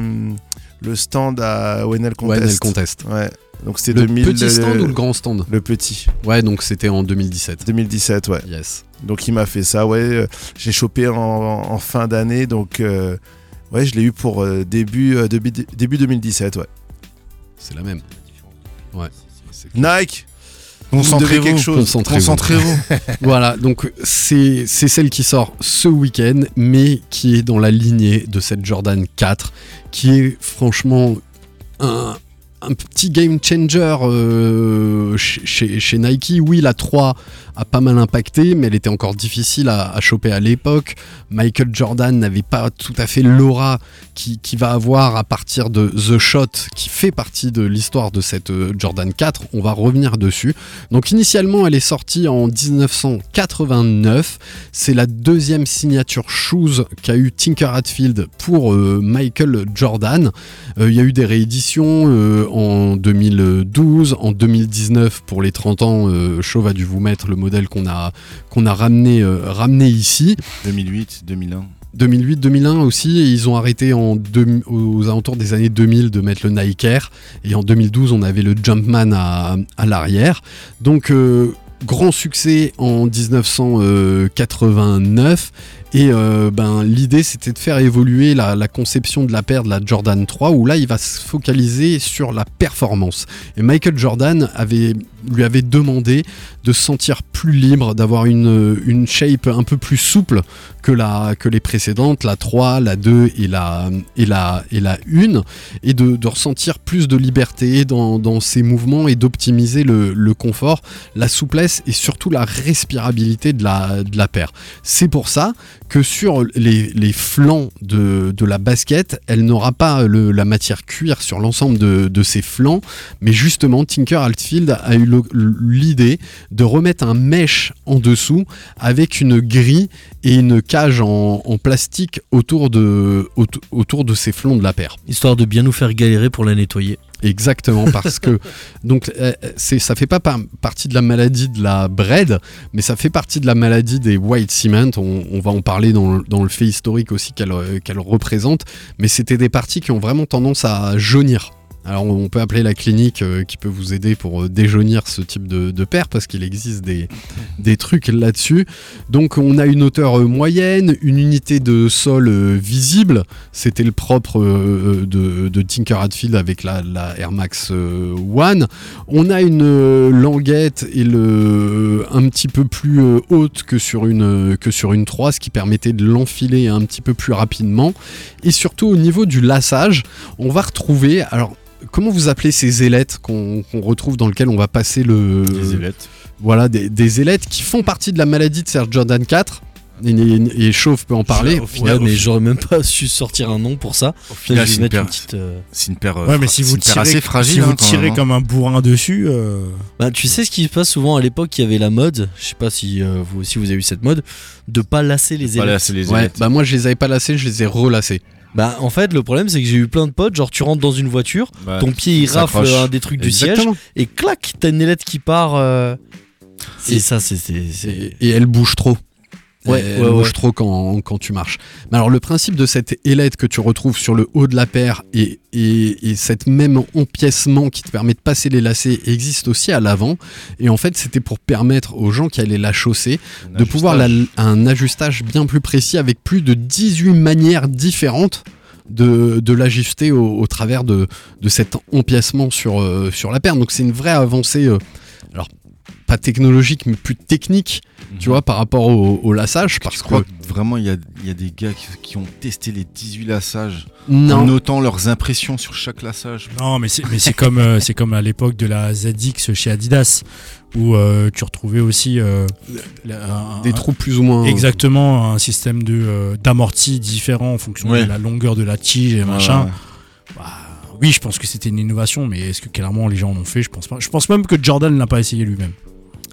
[SPEAKER 9] le stand à Wenel
[SPEAKER 1] Ouais,
[SPEAKER 9] Contest.
[SPEAKER 1] elle conteste.
[SPEAKER 9] Ouais. Donc c'était
[SPEAKER 1] Le
[SPEAKER 9] 2000.
[SPEAKER 1] petit
[SPEAKER 9] euh,
[SPEAKER 1] stand ou le grand stand
[SPEAKER 9] le petit,
[SPEAKER 1] Ouais, donc c'était en 2017.
[SPEAKER 9] 2017, ouais.
[SPEAKER 1] Yes.
[SPEAKER 9] Donc il m'a fait ça, ouais. euh, J'ai chopé en, en fin d'année, donc euh, ouais, je l'ai eu pour euh, début, euh, début, début 2017, ouais.
[SPEAKER 1] C'est la même. Ouais.
[SPEAKER 9] Nike
[SPEAKER 5] Concentrez
[SPEAKER 9] devez
[SPEAKER 5] quelque
[SPEAKER 9] vous-
[SPEAKER 5] chose.
[SPEAKER 1] concentrez-vous.
[SPEAKER 5] [LAUGHS] Concentrez-vous.
[SPEAKER 1] [LAUGHS] Voilà, donc c'est c'est celle qui sort ce week-end, mais qui est dans la lignée de cette Jordan 4, qui est franchement un, un petit game changer euh, chez, chez- chez Nike. Oui, la 3 a pas mal impacté, mais elle était encore difficile à, à choper à l'époque. Michael Jordan n'avait pas tout à fait l'aura qui, qui va avoir à partir de The Shot, qui fait partie de l'histoire de cette euh, Jordan 4. On va revenir dessus. Donc initialement, elle est sortie en 1989. C'est la deuxième signature shoes qu'a eu Tinker Hatfield pour euh, Michael Jordan. Euh, Il y a eu des rééditions euh, en 2012, en 2019 pour les 30 ans. Euh, Chauve a dû vous mettre le modèle qu'on a, qu'on a ramené, euh, ramené ici.
[SPEAKER 5] 2008, 2001.
[SPEAKER 1] 2008, 2001 aussi, et ils ont arrêté en deux- aux alentours des années 2000 de mettre le Nike Air, et en 2012 on avait le Jumpman à, à l'arrière. Donc euh, grand succès en 1989, et euh, ben, l'idée c'était de faire évoluer la, la conception de la paire de la Jordan 3, où là il va se focaliser sur la performance. Et Michael Jordan avait, lui avait demandé de se sentir plus libre, d'avoir une, une shape un peu plus souple que, la, que les précédentes, la 3, la 2 et la, et la, et la 1, et de, de ressentir plus de liberté dans, dans ses mouvements et d'optimiser le, le confort, la souplesse et surtout la respirabilité de la, de la paire. C'est pour ça que sur les, les flancs de, de la basket, elle n'aura pas le- la matière cuir sur l'ensemble de, de ses flancs, mais justement Tinker Altfield a eu le- l'idée de remettre un mesh en dessous avec une grille et une cage en, en plastique autour de, aut- autour de ces flancs de la paire.
[SPEAKER 7] Histoire de bien nous faire galérer pour la nettoyer.
[SPEAKER 1] Exactement, parce que donc euh, c'est ça fait pas par- partie de la maladie de la bread, mais ça fait partie de la maladie des white cement. On, on va en parler dans, le- dans le fait historique aussi qu'elle euh, qu'elle représente, mais c'était des parties qui ont vraiment tendance à jaunir. Alors on peut appeler la clinique euh, qui peut vous aider pour euh, déjaunir ce type de, de paire parce qu'il existe des, des trucs là-dessus. Donc on a une hauteur euh, moyenne, une unité de sol euh, visible, c'était le propre euh, de, de Tinker Hatfield avec la, la Air Max euh, One. On a une euh, languette et le, euh, un petit peu plus euh, haute que sur, une, euh, que sur une 3, ce qui permettait de l'enfiler un petit peu plus rapidement. Et surtout au niveau du lassage, on va retrouver... Alors, Comment vous appelez ces ailettes qu'on qu'on retrouve dans lequel on va passer le voilà des, des ailettes qui font partie de la maladie de Serge Jordan 4 et, et, et Chauve peut en parler
[SPEAKER 7] Au final,
[SPEAKER 1] Ouais,
[SPEAKER 7] mais j'aurais même pas su sortir un nom pour ça. Au
[SPEAKER 5] final,
[SPEAKER 7] je
[SPEAKER 5] c'est
[SPEAKER 7] vais mettre
[SPEAKER 5] hyper-
[SPEAKER 7] une petite. euh,
[SPEAKER 5] C'est une paire. euh,
[SPEAKER 8] Ouais, mais si
[SPEAKER 5] c'est
[SPEAKER 8] vous
[SPEAKER 5] une paire
[SPEAKER 8] tirez,
[SPEAKER 5] assez fragile.
[SPEAKER 8] si vous
[SPEAKER 5] hein, quand
[SPEAKER 8] tirez
[SPEAKER 5] même, hein.
[SPEAKER 8] comme un bourrin dessus, euh,
[SPEAKER 7] Bah, tu sais ce qui se passe souvent à l'époque, il y avait la mode. Je sais pas si euh, vous aussi vous avez eu cette mode de pas lasser les ailettes.
[SPEAKER 5] Voilà, c'est les
[SPEAKER 1] Ouais,
[SPEAKER 5] ailettes.
[SPEAKER 1] bah moi je les avais pas lassés, je les ai relacés.
[SPEAKER 7] Bah en fait le problème c'est que j'ai eu plein de potes, genre tu rentres dans une voiture,
[SPEAKER 5] Ouais.
[SPEAKER 7] ton pied il rafle
[SPEAKER 5] Bah, s'accroche.
[SPEAKER 7] un des trucs du siège
[SPEAKER 1] Exactement.
[SPEAKER 7] et clac, t'as une ailette qui part. euh,
[SPEAKER 1] Et-
[SPEAKER 7] C'est ça, c'est c'est- c'est-
[SPEAKER 1] Et, et elle bouge trop.
[SPEAKER 7] Ouais,
[SPEAKER 1] elle
[SPEAKER 7] ouais,
[SPEAKER 1] bouge
[SPEAKER 7] ouais.
[SPEAKER 1] trop quand, quand tu marches. Mais alors le principe de cette ailette que tu retrouves sur le haut de la paire et, et, et cette même empiècement qui te permet de passer les lacets existe aussi à l'avant. Et en fait c'était pour permettre aux gens qui allaient la chausser de pouvoir la- un ajustage bien plus précis avec plus de 18 manières différentes de, de l'ajuster au, au travers de, de cet empiècement sur, euh, sur la paire. Donc c'est une vraie avancée, euh, alors pas technologique, mais plus technique, tu vois, par rapport au, au lassage. Parce
[SPEAKER 5] Je crois
[SPEAKER 1] que
[SPEAKER 5] que vraiment, il y a, il y a des gars qui, qui ont testé les 18 lassages en
[SPEAKER 1] non,
[SPEAKER 5] notant leurs impressions sur chaque lassage.
[SPEAKER 8] non, mais c'est mais c'est [LAUGHS] comme euh, c'est comme à l'époque de la ZX chez Adidas où euh, tu retrouvais aussi euh, la- un-
[SPEAKER 1] des
[SPEAKER 8] un-
[SPEAKER 1] trous plus ou moins.
[SPEAKER 8] Exactement, un système de euh, d'amorti différent en fonction de la longueur de la tige et machin. Oui, je pense que c'était une innovation, mais est-ce que clairement les gens en ont fait Je pense pas. Je pense même que Jordan n'a pas essayé lui-même.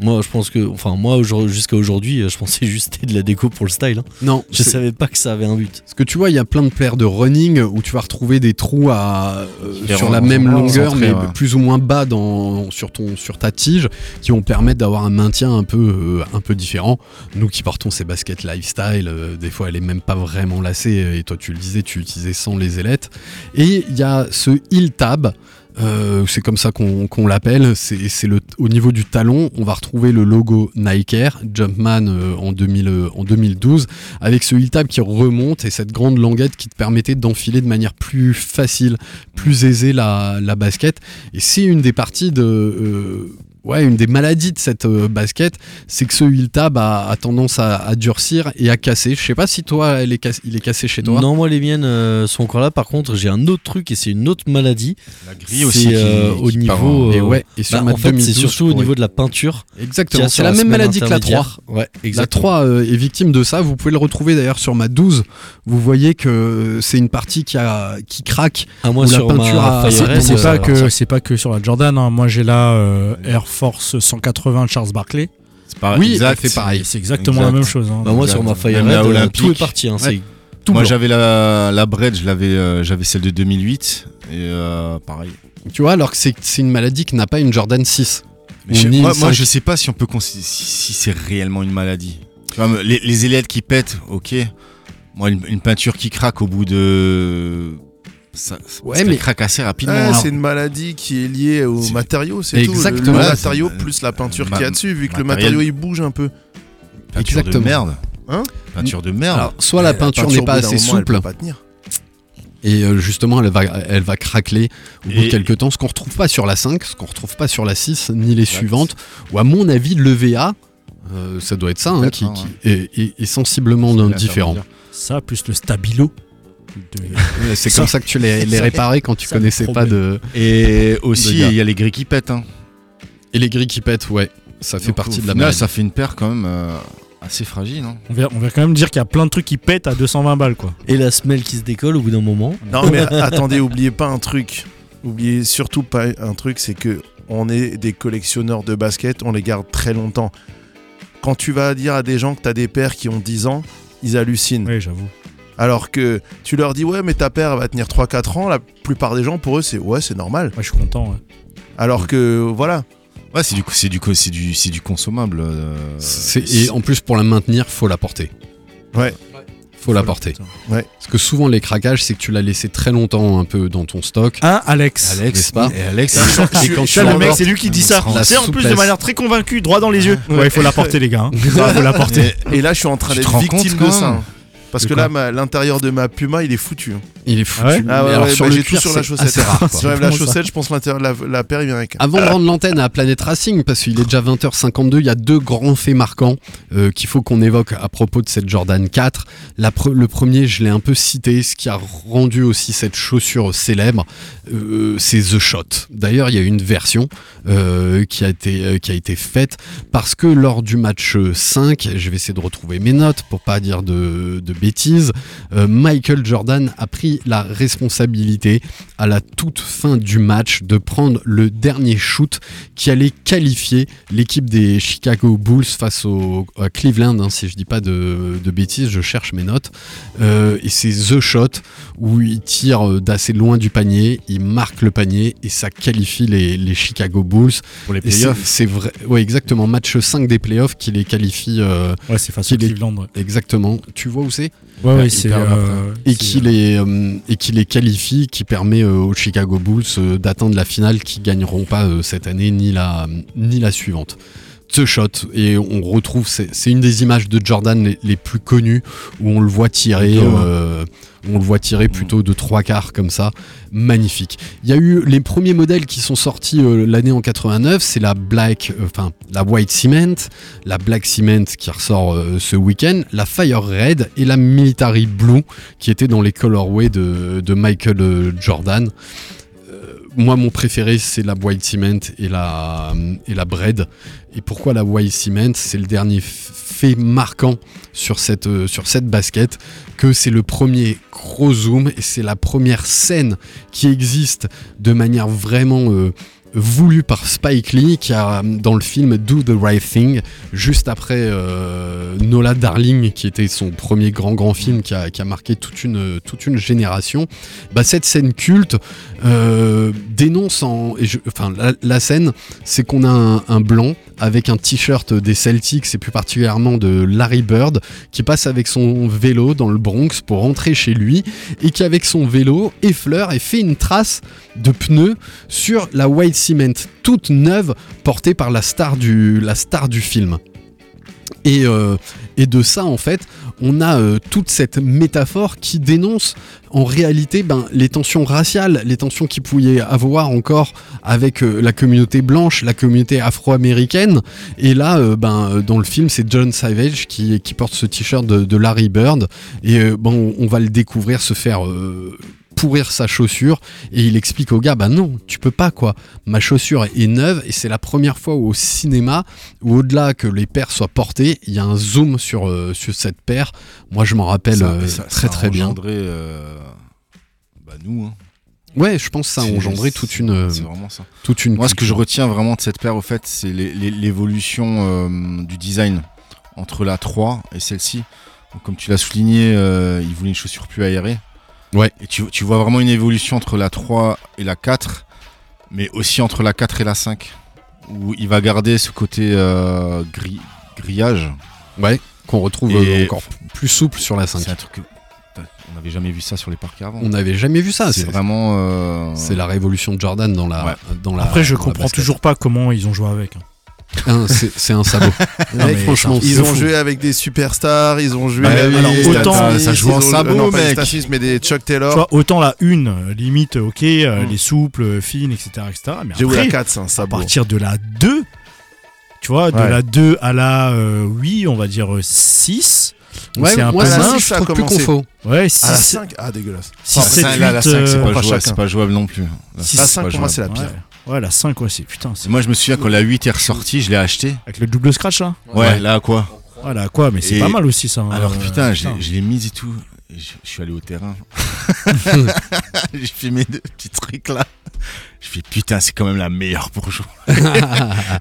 [SPEAKER 7] Moi je pense que, enfin moi aujourd'hui- jusqu'à aujourd'hui euh, je pensais [LAUGHS] juste c'était de la déco pour le style. hein.
[SPEAKER 1] Non,
[SPEAKER 7] Je
[SPEAKER 1] c'est-
[SPEAKER 7] savais pas que ça avait un but.
[SPEAKER 1] Parce que tu vois, il y a plein de paires de running où tu vas retrouver des trous à, euh,
[SPEAKER 5] Différents,
[SPEAKER 1] sur la même
[SPEAKER 5] ensemble,
[SPEAKER 1] longueur,
[SPEAKER 5] centrés,
[SPEAKER 1] mais
[SPEAKER 5] ouais.
[SPEAKER 1] plus ou moins bas dans, sur, ton, sur ta tige, qui vont permettre d'avoir un maintien un peu, euh, un peu différent. Nous qui portons ces baskets lifestyle, euh, des fois elle est même pas vraiment lacée, et toi tu le disais, tu utilisais sans les ailettes. Et il y a ce heel tab. euh, c'est comme ça qu'on qu'on l'appelle. C'est c'est le au niveau du talon, on va retrouver le logo Nike Air, Jumpman euh, en, 2000, euh, en 2012 avec ce heel tab qui remonte et cette grande languette qui te permettait d'enfiler de manière plus facile, plus aisée la, la basket. Et c'est une des parties de, euh, ouais, une des maladies de cette euh, basket, c'est que ce heel tab a, a tendance à, à durcir et à casser. Je sais pas si toi, elle est cass- il est cassé chez toi.
[SPEAKER 7] Non, moi les miennes euh, sont encore là. Par contre, j'ai un autre truc et c'est une autre maladie.
[SPEAKER 5] La
[SPEAKER 7] grille aussi qui- au niveau,
[SPEAKER 1] Et
[SPEAKER 7] euh,
[SPEAKER 1] ouais, et sur
[SPEAKER 7] Bah,
[SPEAKER 1] ma
[SPEAKER 7] en fait, c'est
[SPEAKER 1] 2012,
[SPEAKER 7] surtout au
[SPEAKER 1] ouais.
[SPEAKER 7] niveau de la peinture. qu'il y a
[SPEAKER 1] Exactement, c'est
[SPEAKER 7] sur
[SPEAKER 1] la, même
[SPEAKER 7] semaine
[SPEAKER 1] maladie que la 3.
[SPEAKER 7] intermédiaire. Ouais,
[SPEAKER 1] La
[SPEAKER 7] exactement.
[SPEAKER 1] 3 euh, est victime de ça. Vous pouvez le retrouver d'ailleurs sur ma 12. Vous voyez que euh, c'est une partie qui, a, qui craque.
[SPEAKER 7] À moi
[SPEAKER 1] Ou la
[SPEAKER 7] sur
[SPEAKER 1] peinture
[SPEAKER 7] ma
[SPEAKER 1] à-
[SPEAKER 7] Fire
[SPEAKER 1] Ouais,
[SPEAKER 8] Ah, C'est
[SPEAKER 7] Red,
[SPEAKER 8] pas
[SPEAKER 7] euh,
[SPEAKER 8] que c'est pas que sur la Jordan. hein. Moi j'ai la euh, Air Force 180 Charles Barkley.
[SPEAKER 5] C'est pareil.
[SPEAKER 1] oui,
[SPEAKER 5] Exact.
[SPEAKER 1] elle fait pareil.
[SPEAKER 8] C'est exactement
[SPEAKER 5] Exact.
[SPEAKER 8] la même chose. hein.
[SPEAKER 7] Bah, moi sur ma
[SPEAKER 5] Exactement.
[SPEAKER 7] Fire
[SPEAKER 5] Même la
[SPEAKER 7] Red, euh,
[SPEAKER 5] olympique.
[SPEAKER 7] tout est parti. hein, c'est tout
[SPEAKER 5] Moi
[SPEAKER 7] blanc.
[SPEAKER 5] j'avais la, la Bread, je l'avais, euh, j'avais celle de 2008 et euh, pareil.
[SPEAKER 1] Tu vois, alors que c'est c'est une maladie qui n'a pas une Jordan 6.
[SPEAKER 5] Mais
[SPEAKER 1] Ou
[SPEAKER 5] je-
[SPEAKER 1] ni
[SPEAKER 5] moi,
[SPEAKER 1] une
[SPEAKER 5] moi,
[SPEAKER 1] cinq.
[SPEAKER 5] je sais pas si on peut considérer si, si c'est réellement une maladie. Tu vois, les, les ailettes qui pètent, ok. Moi, une, une peinture qui craque au bout de. Ça,
[SPEAKER 1] Ouais,
[SPEAKER 5] parce qu'elle
[SPEAKER 1] mais-
[SPEAKER 5] craque assez rapidement.
[SPEAKER 9] Ouais,
[SPEAKER 5] hein.
[SPEAKER 9] Ah, c'est une maladie qui est liée au
[SPEAKER 5] C'est-
[SPEAKER 9] matériau, c'est tout.
[SPEAKER 1] Exactement.
[SPEAKER 9] Le
[SPEAKER 1] Ouais,
[SPEAKER 9] matériau
[SPEAKER 5] c'est-
[SPEAKER 9] plus la peinture
[SPEAKER 5] Ma-
[SPEAKER 9] qu'il y a dessus, vu que le
[SPEAKER 5] matériel-
[SPEAKER 9] matériau il bouge un peu.
[SPEAKER 5] peinture
[SPEAKER 1] exactement.
[SPEAKER 5] de merde.
[SPEAKER 9] Hein
[SPEAKER 5] Peinture de
[SPEAKER 7] Ah.
[SPEAKER 5] merde.
[SPEAKER 1] Alors, soit la
[SPEAKER 9] Mais
[SPEAKER 1] peinture n'est pas
[SPEAKER 9] au bout d'un
[SPEAKER 1] assez
[SPEAKER 9] moment, elle
[SPEAKER 1] souple,
[SPEAKER 9] peut pas tenir.
[SPEAKER 1] et euh, justement, elle va, elle va craquer au bout
[SPEAKER 5] Et-
[SPEAKER 1] de quelques temps, ce qu'on retrouve pas sur la 5, ce qu'on retrouve pas sur la 6, ni les
[SPEAKER 5] Exact.
[SPEAKER 1] suivantes, ou à mon avis, le VA, euh, ça doit être ça, hein,
[SPEAKER 5] Peut-être,
[SPEAKER 1] qui,
[SPEAKER 5] hein,
[SPEAKER 1] qui est, est- est sensiblement
[SPEAKER 5] C'est
[SPEAKER 1] différent. [LAUGHS]
[SPEAKER 8] Ça plus le Stabilo. de-
[SPEAKER 1] C'est
[SPEAKER 8] Ça-
[SPEAKER 1] comme ça que tu les, les réparais quand tu
[SPEAKER 8] ça, le
[SPEAKER 1] connaissais pas de.
[SPEAKER 5] Et aussi,
[SPEAKER 1] gars.
[SPEAKER 5] il y a les grilles qui pètent. Hein.
[SPEAKER 1] Et les grilles qui pètent, ouais, ça fait
[SPEAKER 5] Donc,
[SPEAKER 1] partie
[SPEAKER 5] au
[SPEAKER 1] de la
[SPEAKER 5] final,
[SPEAKER 1] maladie.
[SPEAKER 5] ça fait une paire quand même euh, assez fragile. hein.
[SPEAKER 8] On va, on va quand même dire qu'il y a plein de trucs qui pètent à 220 balles quoi.
[SPEAKER 7] Et la semelle qui se décolle au bout d'un moment.
[SPEAKER 9] Non mais attendez, oubliez pas un truc. Oubliez surtout pas un truc, c'est que on est des collectionneurs de basket, on les garde très longtemps. Quand tu vas dire à des gens que t'as des pères qui ont 10 ans, ils hallucinent.
[SPEAKER 8] Oui j'avoue.
[SPEAKER 9] Alors que tu leur dis ouais mais ta paire elle va tenir 3-4 ans, la plupart des gens pour eux c'est ouais c'est normal.
[SPEAKER 8] Moi je suis content. ouais.
[SPEAKER 9] Alors que voilà.
[SPEAKER 5] Ouais, c'est du, co- c'est du, co- c'est du, c'est du consommable. euh,
[SPEAKER 1] C'est- Et en plus, pour la maintenir, faut la porter.
[SPEAKER 9] Ouais.
[SPEAKER 1] Faut la porter.
[SPEAKER 9] Ouais.
[SPEAKER 1] Parce que souvent, les craquages, c'est que tu l'as laissé très longtemps un peu dans ton stock.
[SPEAKER 8] Hein Alex.
[SPEAKER 1] Alex, n'est-ce pas
[SPEAKER 5] Et Alex,
[SPEAKER 1] Et quand tu
[SPEAKER 8] Ça, le mec,
[SPEAKER 1] l'emportes-
[SPEAKER 8] c'est lui qui dit ça.
[SPEAKER 1] La
[SPEAKER 8] C'est en plus de
[SPEAKER 1] souplesse.
[SPEAKER 8] manière très convaincue, droit dans les yeux. Ouais, il faut la porter, les gars. hein. faut la porter.
[SPEAKER 9] Et là je suis en train
[SPEAKER 5] Tu te
[SPEAKER 9] d'être
[SPEAKER 5] rends compte,
[SPEAKER 9] victime
[SPEAKER 5] quand
[SPEAKER 9] de ça.
[SPEAKER 5] même
[SPEAKER 9] hein. Parce
[SPEAKER 8] De
[SPEAKER 9] que
[SPEAKER 8] quoi
[SPEAKER 9] là ma- l'intérieur de ma Puma il est foutu. hein.
[SPEAKER 1] il est foutu.
[SPEAKER 8] Ah ouais
[SPEAKER 1] Mais
[SPEAKER 9] Ah ouais,
[SPEAKER 1] alors,
[SPEAKER 9] ouais,
[SPEAKER 1] sur
[SPEAKER 9] bah,
[SPEAKER 1] le
[SPEAKER 9] j'ai
[SPEAKER 1] cuir,
[SPEAKER 9] tout sur la
[SPEAKER 1] c'est
[SPEAKER 9] chaussette.
[SPEAKER 1] assez rare. quoi. Ah,
[SPEAKER 9] Si j'enlève la
[SPEAKER 8] Comment ça
[SPEAKER 9] chaussette, je pense que l'intérieur de la, la paire il vient avec.
[SPEAKER 1] Avant de rendre l'antenne à Planète Racing, parce qu'il est déjà 20h52, il y a deux grands faits marquants euh, qu'il faut qu'on évoque à propos de cette Jordan 4. La pre- le premier, je l'ai un peu cité, ce qui a rendu aussi cette chaussure célèbre, euh, c'est The Shot. D'ailleurs, il y a une version euh, qui, a été, euh, qui a été faite parce que lors du match euh, 5, je vais essayer de retrouver mes notes pour pas dire de, de bêtises, euh, Michael Jordan a pris la responsabilité à la toute fin du match de prendre le dernier shoot qui allait qualifier l'équipe des Chicago Bulls face au, à Cleveland, hein, si je dis pas de, de bêtises, je cherche mes notes. Euh, et c'est The Shot où il tire euh, d'assez loin du panier, il marque le panier et ça qualifie les, les Chicago Bulls.
[SPEAKER 5] pour les
[SPEAKER 1] Et c'est
[SPEAKER 5] playoffs.
[SPEAKER 1] c'est vrai, ouais, exactement, match 5 des playoffs qui les qualifie euh,
[SPEAKER 8] Ouais, c'est face
[SPEAKER 1] Qu'il
[SPEAKER 8] au
[SPEAKER 1] est-
[SPEAKER 8] Cleveland. Ouais,
[SPEAKER 1] exactement. Tu vois où c'est
[SPEAKER 8] ouais,
[SPEAKER 5] ouais, c'est,
[SPEAKER 8] c'est.
[SPEAKER 5] euh,
[SPEAKER 1] et qui les euh, et qui les qualifie, qui permet euh, aux Chicago Bulls euh, d'atteindre la finale qui gagneront pas euh, cette année ni la ni la suivante. The shot et on retrouve c'est c'est une des images de Jordan les, les plus connues où on le voit tirer
[SPEAKER 8] Plutôt,
[SPEAKER 1] euh, on le voit tirer plutôt de trois quarts comme ça magnifique. Il y a eu les premiers modèles qui sont sortis euh, l'année en 89, c'est la Black euh, enfin la White Cement, la Black Cement qui ressort euh, ce week-end, la Fire Red et la Military Blue qui était dans les colorways de, de Michael euh, Jordan. Euh, Moi, mon préféré, c'est la White Cement et la, euh, et la Bread. Et pourquoi la White Cement C'est le dernier f- fait marquant sur cette, euh, sur cette basket, que c'est le premier gros zoom et c'est la première scène qui existe de manière vraiment euh, voulue par Spike Lee, qui a euh, dans le film Do the Right Thing, juste après euh, Nola Darling, qui était son premier grand grand film qui a, qui a marqué toute une, toute une génération, bah, cette scène culte euh, dénonce en. et je- enfin, la, la scène, c'est qu'on a un, un blanc avec un t-shirt des Celtics et plus particulièrement de Larry Bird qui passe avec son vélo dans le Bronx pour rentrer chez lui et qui, avec son vélo, effleure et fait une trace de pneus sur la White Cement toute neuve portée par la star du, la star du film. Et, euh, et de ça, en fait, on a euh, toute cette métaphore qui dénonce en réalité ben, les tensions raciales, les tensions qu'il pouvait avoir encore avec euh, la communauté blanche, la communauté afro-américaine. Et là, euh, ben, euh, dans le film, c'est John Savage qui, qui porte ce t-shirt de, de Larry Bird. Et euh, bon, on va le découvrir se faire euh, pourrir sa chaussure. Et il explique au gars, bah non, tu peux pas quoi. Ma chaussure est neuve et c'est la première fois au cinéma où au-delà que les paires soient portées, il y a un zoom sur, euh, sur cette paire. Moi, je m'en rappelle
[SPEAKER 5] Ça-
[SPEAKER 1] euh,
[SPEAKER 5] ça-
[SPEAKER 1] très
[SPEAKER 5] ça a
[SPEAKER 1] très bien.
[SPEAKER 5] engendré, euh, bah, nous, hein.
[SPEAKER 1] Ouais, je pense que ça a
[SPEAKER 5] C'est-
[SPEAKER 1] engendré toute une, euh,
[SPEAKER 5] C'est vraiment ça.
[SPEAKER 1] toute une.
[SPEAKER 5] Moi, ce que je
[SPEAKER 1] culture.
[SPEAKER 5] retiens vraiment de cette paire, au fait, c'est l'é- l'é- l'évolution euh, du design entre la 3 et celle-ci. Donc, Comme tu l'as souligné, euh, il voulait une chaussure plus aérée.
[SPEAKER 1] Ouais.
[SPEAKER 5] Et tu, tu vois vraiment une évolution entre la 3 et la 4, mais aussi entre la 4 et la 5, où il va garder ce côté euh, gris- grillage.
[SPEAKER 1] Ouais, qu'on retrouve
[SPEAKER 5] Et-
[SPEAKER 1] euh, encore plus souple sur la 5.
[SPEAKER 5] C'est un truc que putain, on n'avait jamais vu ça sur les parquets avant.
[SPEAKER 1] On n'avait jamais vu ça.
[SPEAKER 5] c'est
[SPEAKER 1] C'est
[SPEAKER 5] vraiment. euh,
[SPEAKER 1] c'est la révolution de Jordan dans la. Dans la
[SPEAKER 8] euh, Après, je
[SPEAKER 1] dans la
[SPEAKER 8] comprends
[SPEAKER 1] basket.
[SPEAKER 8] toujours pas comment ils ont joué avec. hein.
[SPEAKER 1] Hein, c'est c'est un sabot.
[SPEAKER 8] Non, mais
[SPEAKER 1] franchement,
[SPEAKER 9] Ils
[SPEAKER 1] c'est
[SPEAKER 9] ont
[SPEAKER 1] fou.
[SPEAKER 9] joué avec des superstars, ils ont joué
[SPEAKER 5] Bah,
[SPEAKER 9] avec
[SPEAKER 5] alors,
[SPEAKER 9] des
[SPEAKER 8] autant-
[SPEAKER 9] Stan
[SPEAKER 5] ça
[SPEAKER 9] Smith,
[SPEAKER 5] joue en
[SPEAKER 9] ils ont-
[SPEAKER 5] sabot,
[SPEAKER 9] non, pas des
[SPEAKER 5] mec.
[SPEAKER 9] Stan Smith, mais des Chuck
[SPEAKER 8] Tu
[SPEAKER 9] Taylor.
[SPEAKER 8] vois, autant la une, euh, limite, ok, euh,
[SPEAKER 9] Mm.
[SPEAKER 8] les souples, euh, fines, etc. etc. mais
[SPEAKER 9] J'ai joué la
[SPEAKER 8] après,
[SPEAKER 9] 4, c'est un
[SPEAKER 8] à
[SPEAKER 9] sabot.
[SPEAKER 8] partir de la 2, tu vois, de
[SPEAKER 9] Ouais.
[SPEAKER 8] la 2 à la euh, 8, on va dire 6.
[SPEAKER 1] Ouais,
[SPEAKER 8] c'est un
[SPEAKER 1] moi,
[SPEAKER 8] peu
[SPEAKER 1] la
[SPEAKER 9] mince,
[SPEAKER 1] six,
[SPEAKER 9] ça
[SPEAKER 1] je
[SPEAKER 9] a
[SPEAKER 1] trouve plus
[SPEAKER 9] commencé.
[SPEAKER 1] confo.
[SPEAKER 8] Ouais,
[SPEAKER 9] Ah, la
[SPEAKER 8] 6,
[SPEAKER 9] 5 Ah, dégueulasse.
[SPEAKER 8] 6
[SPEAKER 5] Enfin,
[SPEAKER 8] 7, 8.
[SPEAKER 5] la, la 5, c'est
[SPEAKER 8] euh,
[SPEAKER 5] pas,
[SPEAKER 9] pas
[SPEAKER 5] jouable,
[SPEAKER 9] chacun.
[SPEAKER 5] c'est pas jouable non plus. La
[SPEAKER 8] Six,
[SPEAKER 9] La
[SPEAKER 5] c'est
[SPEAKER 9] 5,
[SPEAKER 5] pas
[SPEAKER 9] pour moi,
[SPEAKER 5] jouable.
[SPEAKER 9] c'est la pire.
[SPEAKER 8] ouais. Ouais, la 5, ouais, c'est putain. c'est-
[SPEAKER 5] Moi, je me souviens quand la 8 est ressortie, je l'ai acheté.
[SPEAKER 8] Avec le double scratch là
[SPEAKER 5] Ouais, là, quoi
[SPEAKER 8] Voilà, quoi, mais c'est
[SPEAKER 5] Et-
[SPEAKER 8] pas mal aussi ça. hein,
[SPEAKER 5] Alors,
[SPEAKER 8] euh,
[SPEAKER 5] putain, j'ai- je l'ai mise et tout. Et Je, je suis allé au terrain. j'ai fait mes deux petits trucs là. Je fais putain, c'est quand même la meilleure pour jouer.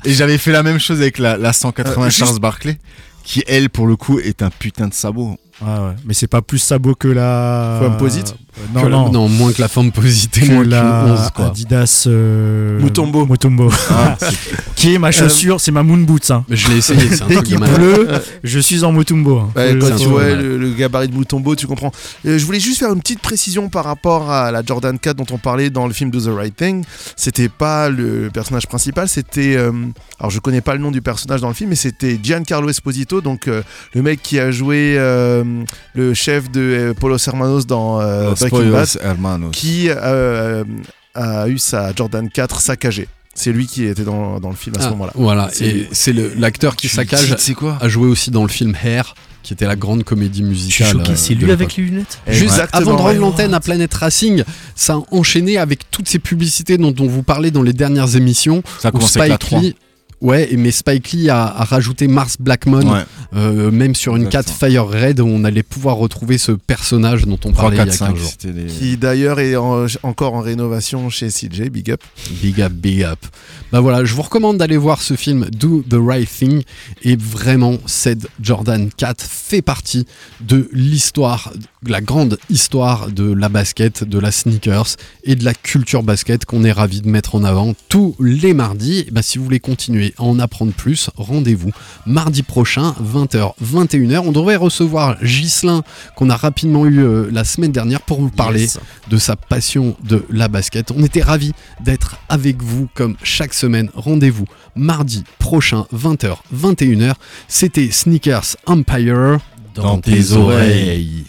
[SPEAKER 5] et j'avais fait la même chose avec la, la 180
[SPEAKER 9] Euh, juste-
[SPEAKER 5] Charles Barclay, qui elle, pour le coup, est un putain de sabot.
[SPEAKER 8] Ouais, ouais. Mais c'est pas plus sabot que la.
[SPEAKER 9] Forme Posite
[SPEAKER 8] Euh, Non,
[SPEAKER 1] Que la-
[SPEAKER 8] non.
[SPEAKER 1] moins que la forme positée,
[SPEAKER 8] Que
[SPEAKER 1] moins que
[SPEAKER 8] la
[SPEAKER 1] la 11,
[SPEAKER 8] [LAUGHS]
[SPEAKER 1] quoi.
[SPEAKER 8] Adidas euh,
[SPEAKER 9] Mutombo. Ah. Euh,
[SPEAKER 8] Mutombo. [LAUGHS] qui est ma chaussure, c'est ma moon boots. hein.
[SPEAKER 1] Mais Je l'ai essayé, c'est un
[SPEAKER 8] Dès
[SPEAKER 1] truc de
[SPEAKER 8] qu'il
[SPEAKER 1] malade.
[SPEAKER 8] pleut, je suis en Mutombo. hein.
[SPEAKER 9] Ouais,
[SPEAKER 8] Faut le
[SPEAKER 9] quand
[SPEAKER 1] c'est
[SPEAKER 9] tu
[SPEAKER 1] un
[SPEAKER 8] savoir.
[SPEAKER 9] vois
[SPEAKER 1] peu
[SPEAKER 9] le, le gabarit de Mutombo, tu comprends. Euh, je voulais juste faire une petite précision par rapport à la Jordan 4 dont on parlait dans le film Do the Right Thing. C'était pas le personnage principal, c'était. euh, alors je connais pas le nom du personnage dans le film, mais c'était Giancarlo Esposito, donc euh, le mec qui a joué euh, le chef de euh, Polo Hermanos dans euh,
[SPEAKER 5] Los
[SPEAKER 9] Breaking Bad,
[SPEAKER 5] pollos, hermanos.
[SPEAKER 9] qui euh, a eu sa Jordan 4 saccagée. C'est lui qui était dans, dans le film à ce
[SPEAKER 1] Ah,
[SPEAKER 9] moment-là.
[SPEAKER 1] Voilà,
[SPEAKER 9] C'est-
[SPEAKER 1] et c'est le- l'acteur qui
[SPEAKER 5] Tu
[SPEAKER 1] saccage
[SPEAKER 5] le sais quoi
[SPEAKER 1] a joué aussi dans le film Hair, qui était la grande comédie
[SPEAKER 8] Je suis
[SPEAKER 1] musicale.
[SPEAKER 8] choqué,
[SPEAKER 1] euh,
[SPEAKER 8] c'est
[SPEAKER 1] de
[SPEAKER 8] lui
[SPEAKER 1] l'époque.
[SPEAKER 8] avec les lunettes
[SPEAKER 1] Juste
[SPEAKER 9] Exactement,
[SPEAKER 1] avant de
[SPEAKER 9] ouais.
[SPEAKER 1] rendre l'antenne à Planet Racing, ça a enchaîné avec toutes ces publicités dont on vous parlait dans les dernières émissions.
[SPEAKER 5] Ça
[SPEAKER 1] où
[SPEAKER 5] commence avec la 3.
[SPEAKER 1] Lee, ouais, et- mais Spike Lee a, a rajouté Mars Blackmon,
[SPEAKER 5] Ouais,
[SPEAKER 1] euh, même sur une 4
[SPEAKER 5] Exactement.
[SPEAKER 1] Fire Red, où on allait pouvoir retrouver ce personnage dont on
[SPEAKER 5] 3,
[SPEAKER 1] parlait
[SPEAKER 5] 4,
[SPEAKER 1] il y a 15
[SPEAKER 5] 5.
[SPEAKER 1] jours.
[SPEAKER 5] C'était les...
[SPEAKER 9] qui d'ailleurs est en- encore en rénovation chez CJ, big up.
[SPEAKER 1] Big up, big up. Bah voilà, je vous recommande d'aller voir ce film Do the Right Thing. Et vraiment, cette Jordan 4 fait partie de l'histoire, de la grande histoire de la basket, de la sneakers et de la culture basket qu'on est ravi de mettre en avant tous les mardis. Et bah, si vous voulez continuer à en apprendre plus, rendez-vous mardi prochain, 20h, 21h. On devrait recevoir Ghislain, qu'on a rapidement eu euh, la semaine dernière, pour vous parler de sa passion de la basket. On était ravis d'être avec vous comme chaque semaine. Rendez-vous mardi prochain 20h 21h. C'était Sneakers Empire
[SPEAKER 5] Dans tes oreilles.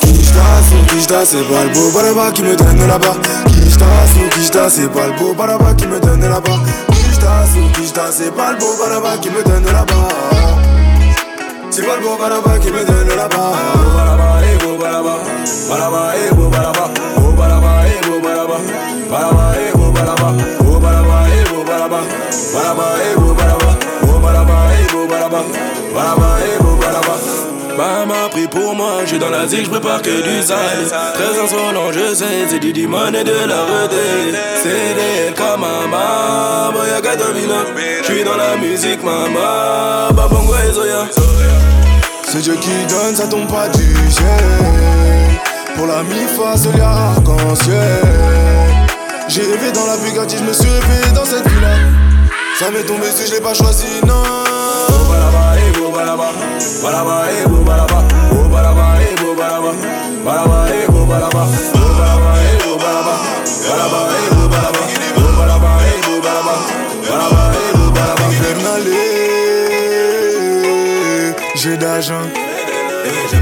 [SPEAKER 10] Kishtas ou Kishta, c'est pas le beau baraba qui me traîne là-bas. Kishtas ou Kishta, c'est pas le beau baraba qui me traîne là-bas. Kishtas ou Kishta, c'est pas le beau baraba qui me traîne là-bas. C'est pas le beau baraba qui me traîne là-bas. Beau baraba, eh beau baraba. Baraba, eh beau baraba. Beau baraba, eh beau baraba. Baraba, eh beau baraba. Beau baraba, eh beau baraba. Baraba, eh beau baraba. Beau baraba, eh beau baraba. Baraba, eh beau baraba. Bah m'a pris pour moi, je suis dans la zig, je prépare que du sale. Très insolent, je sais, c'est du dimon et de la redé. C'est des kamama, boya gadovina. Je suis dans la musique, mama, babongo et zoya. C'est Dieu qui donne, ça tombe pas du ciel. Pour la mi-face, il y a arc-en-ciel. J'ai rêvé dans la Bugatti, je me suis rêvé dans cette villa. Ça m'est tombé si je l'ai pas choisi, non. Oh balaba, eh oh balaba, balaba, eh oh balaba, oh balaba, eh oh balaba, balaba, eh oh balaba, oh balaba, eh oh balaba, J'ai d'argent.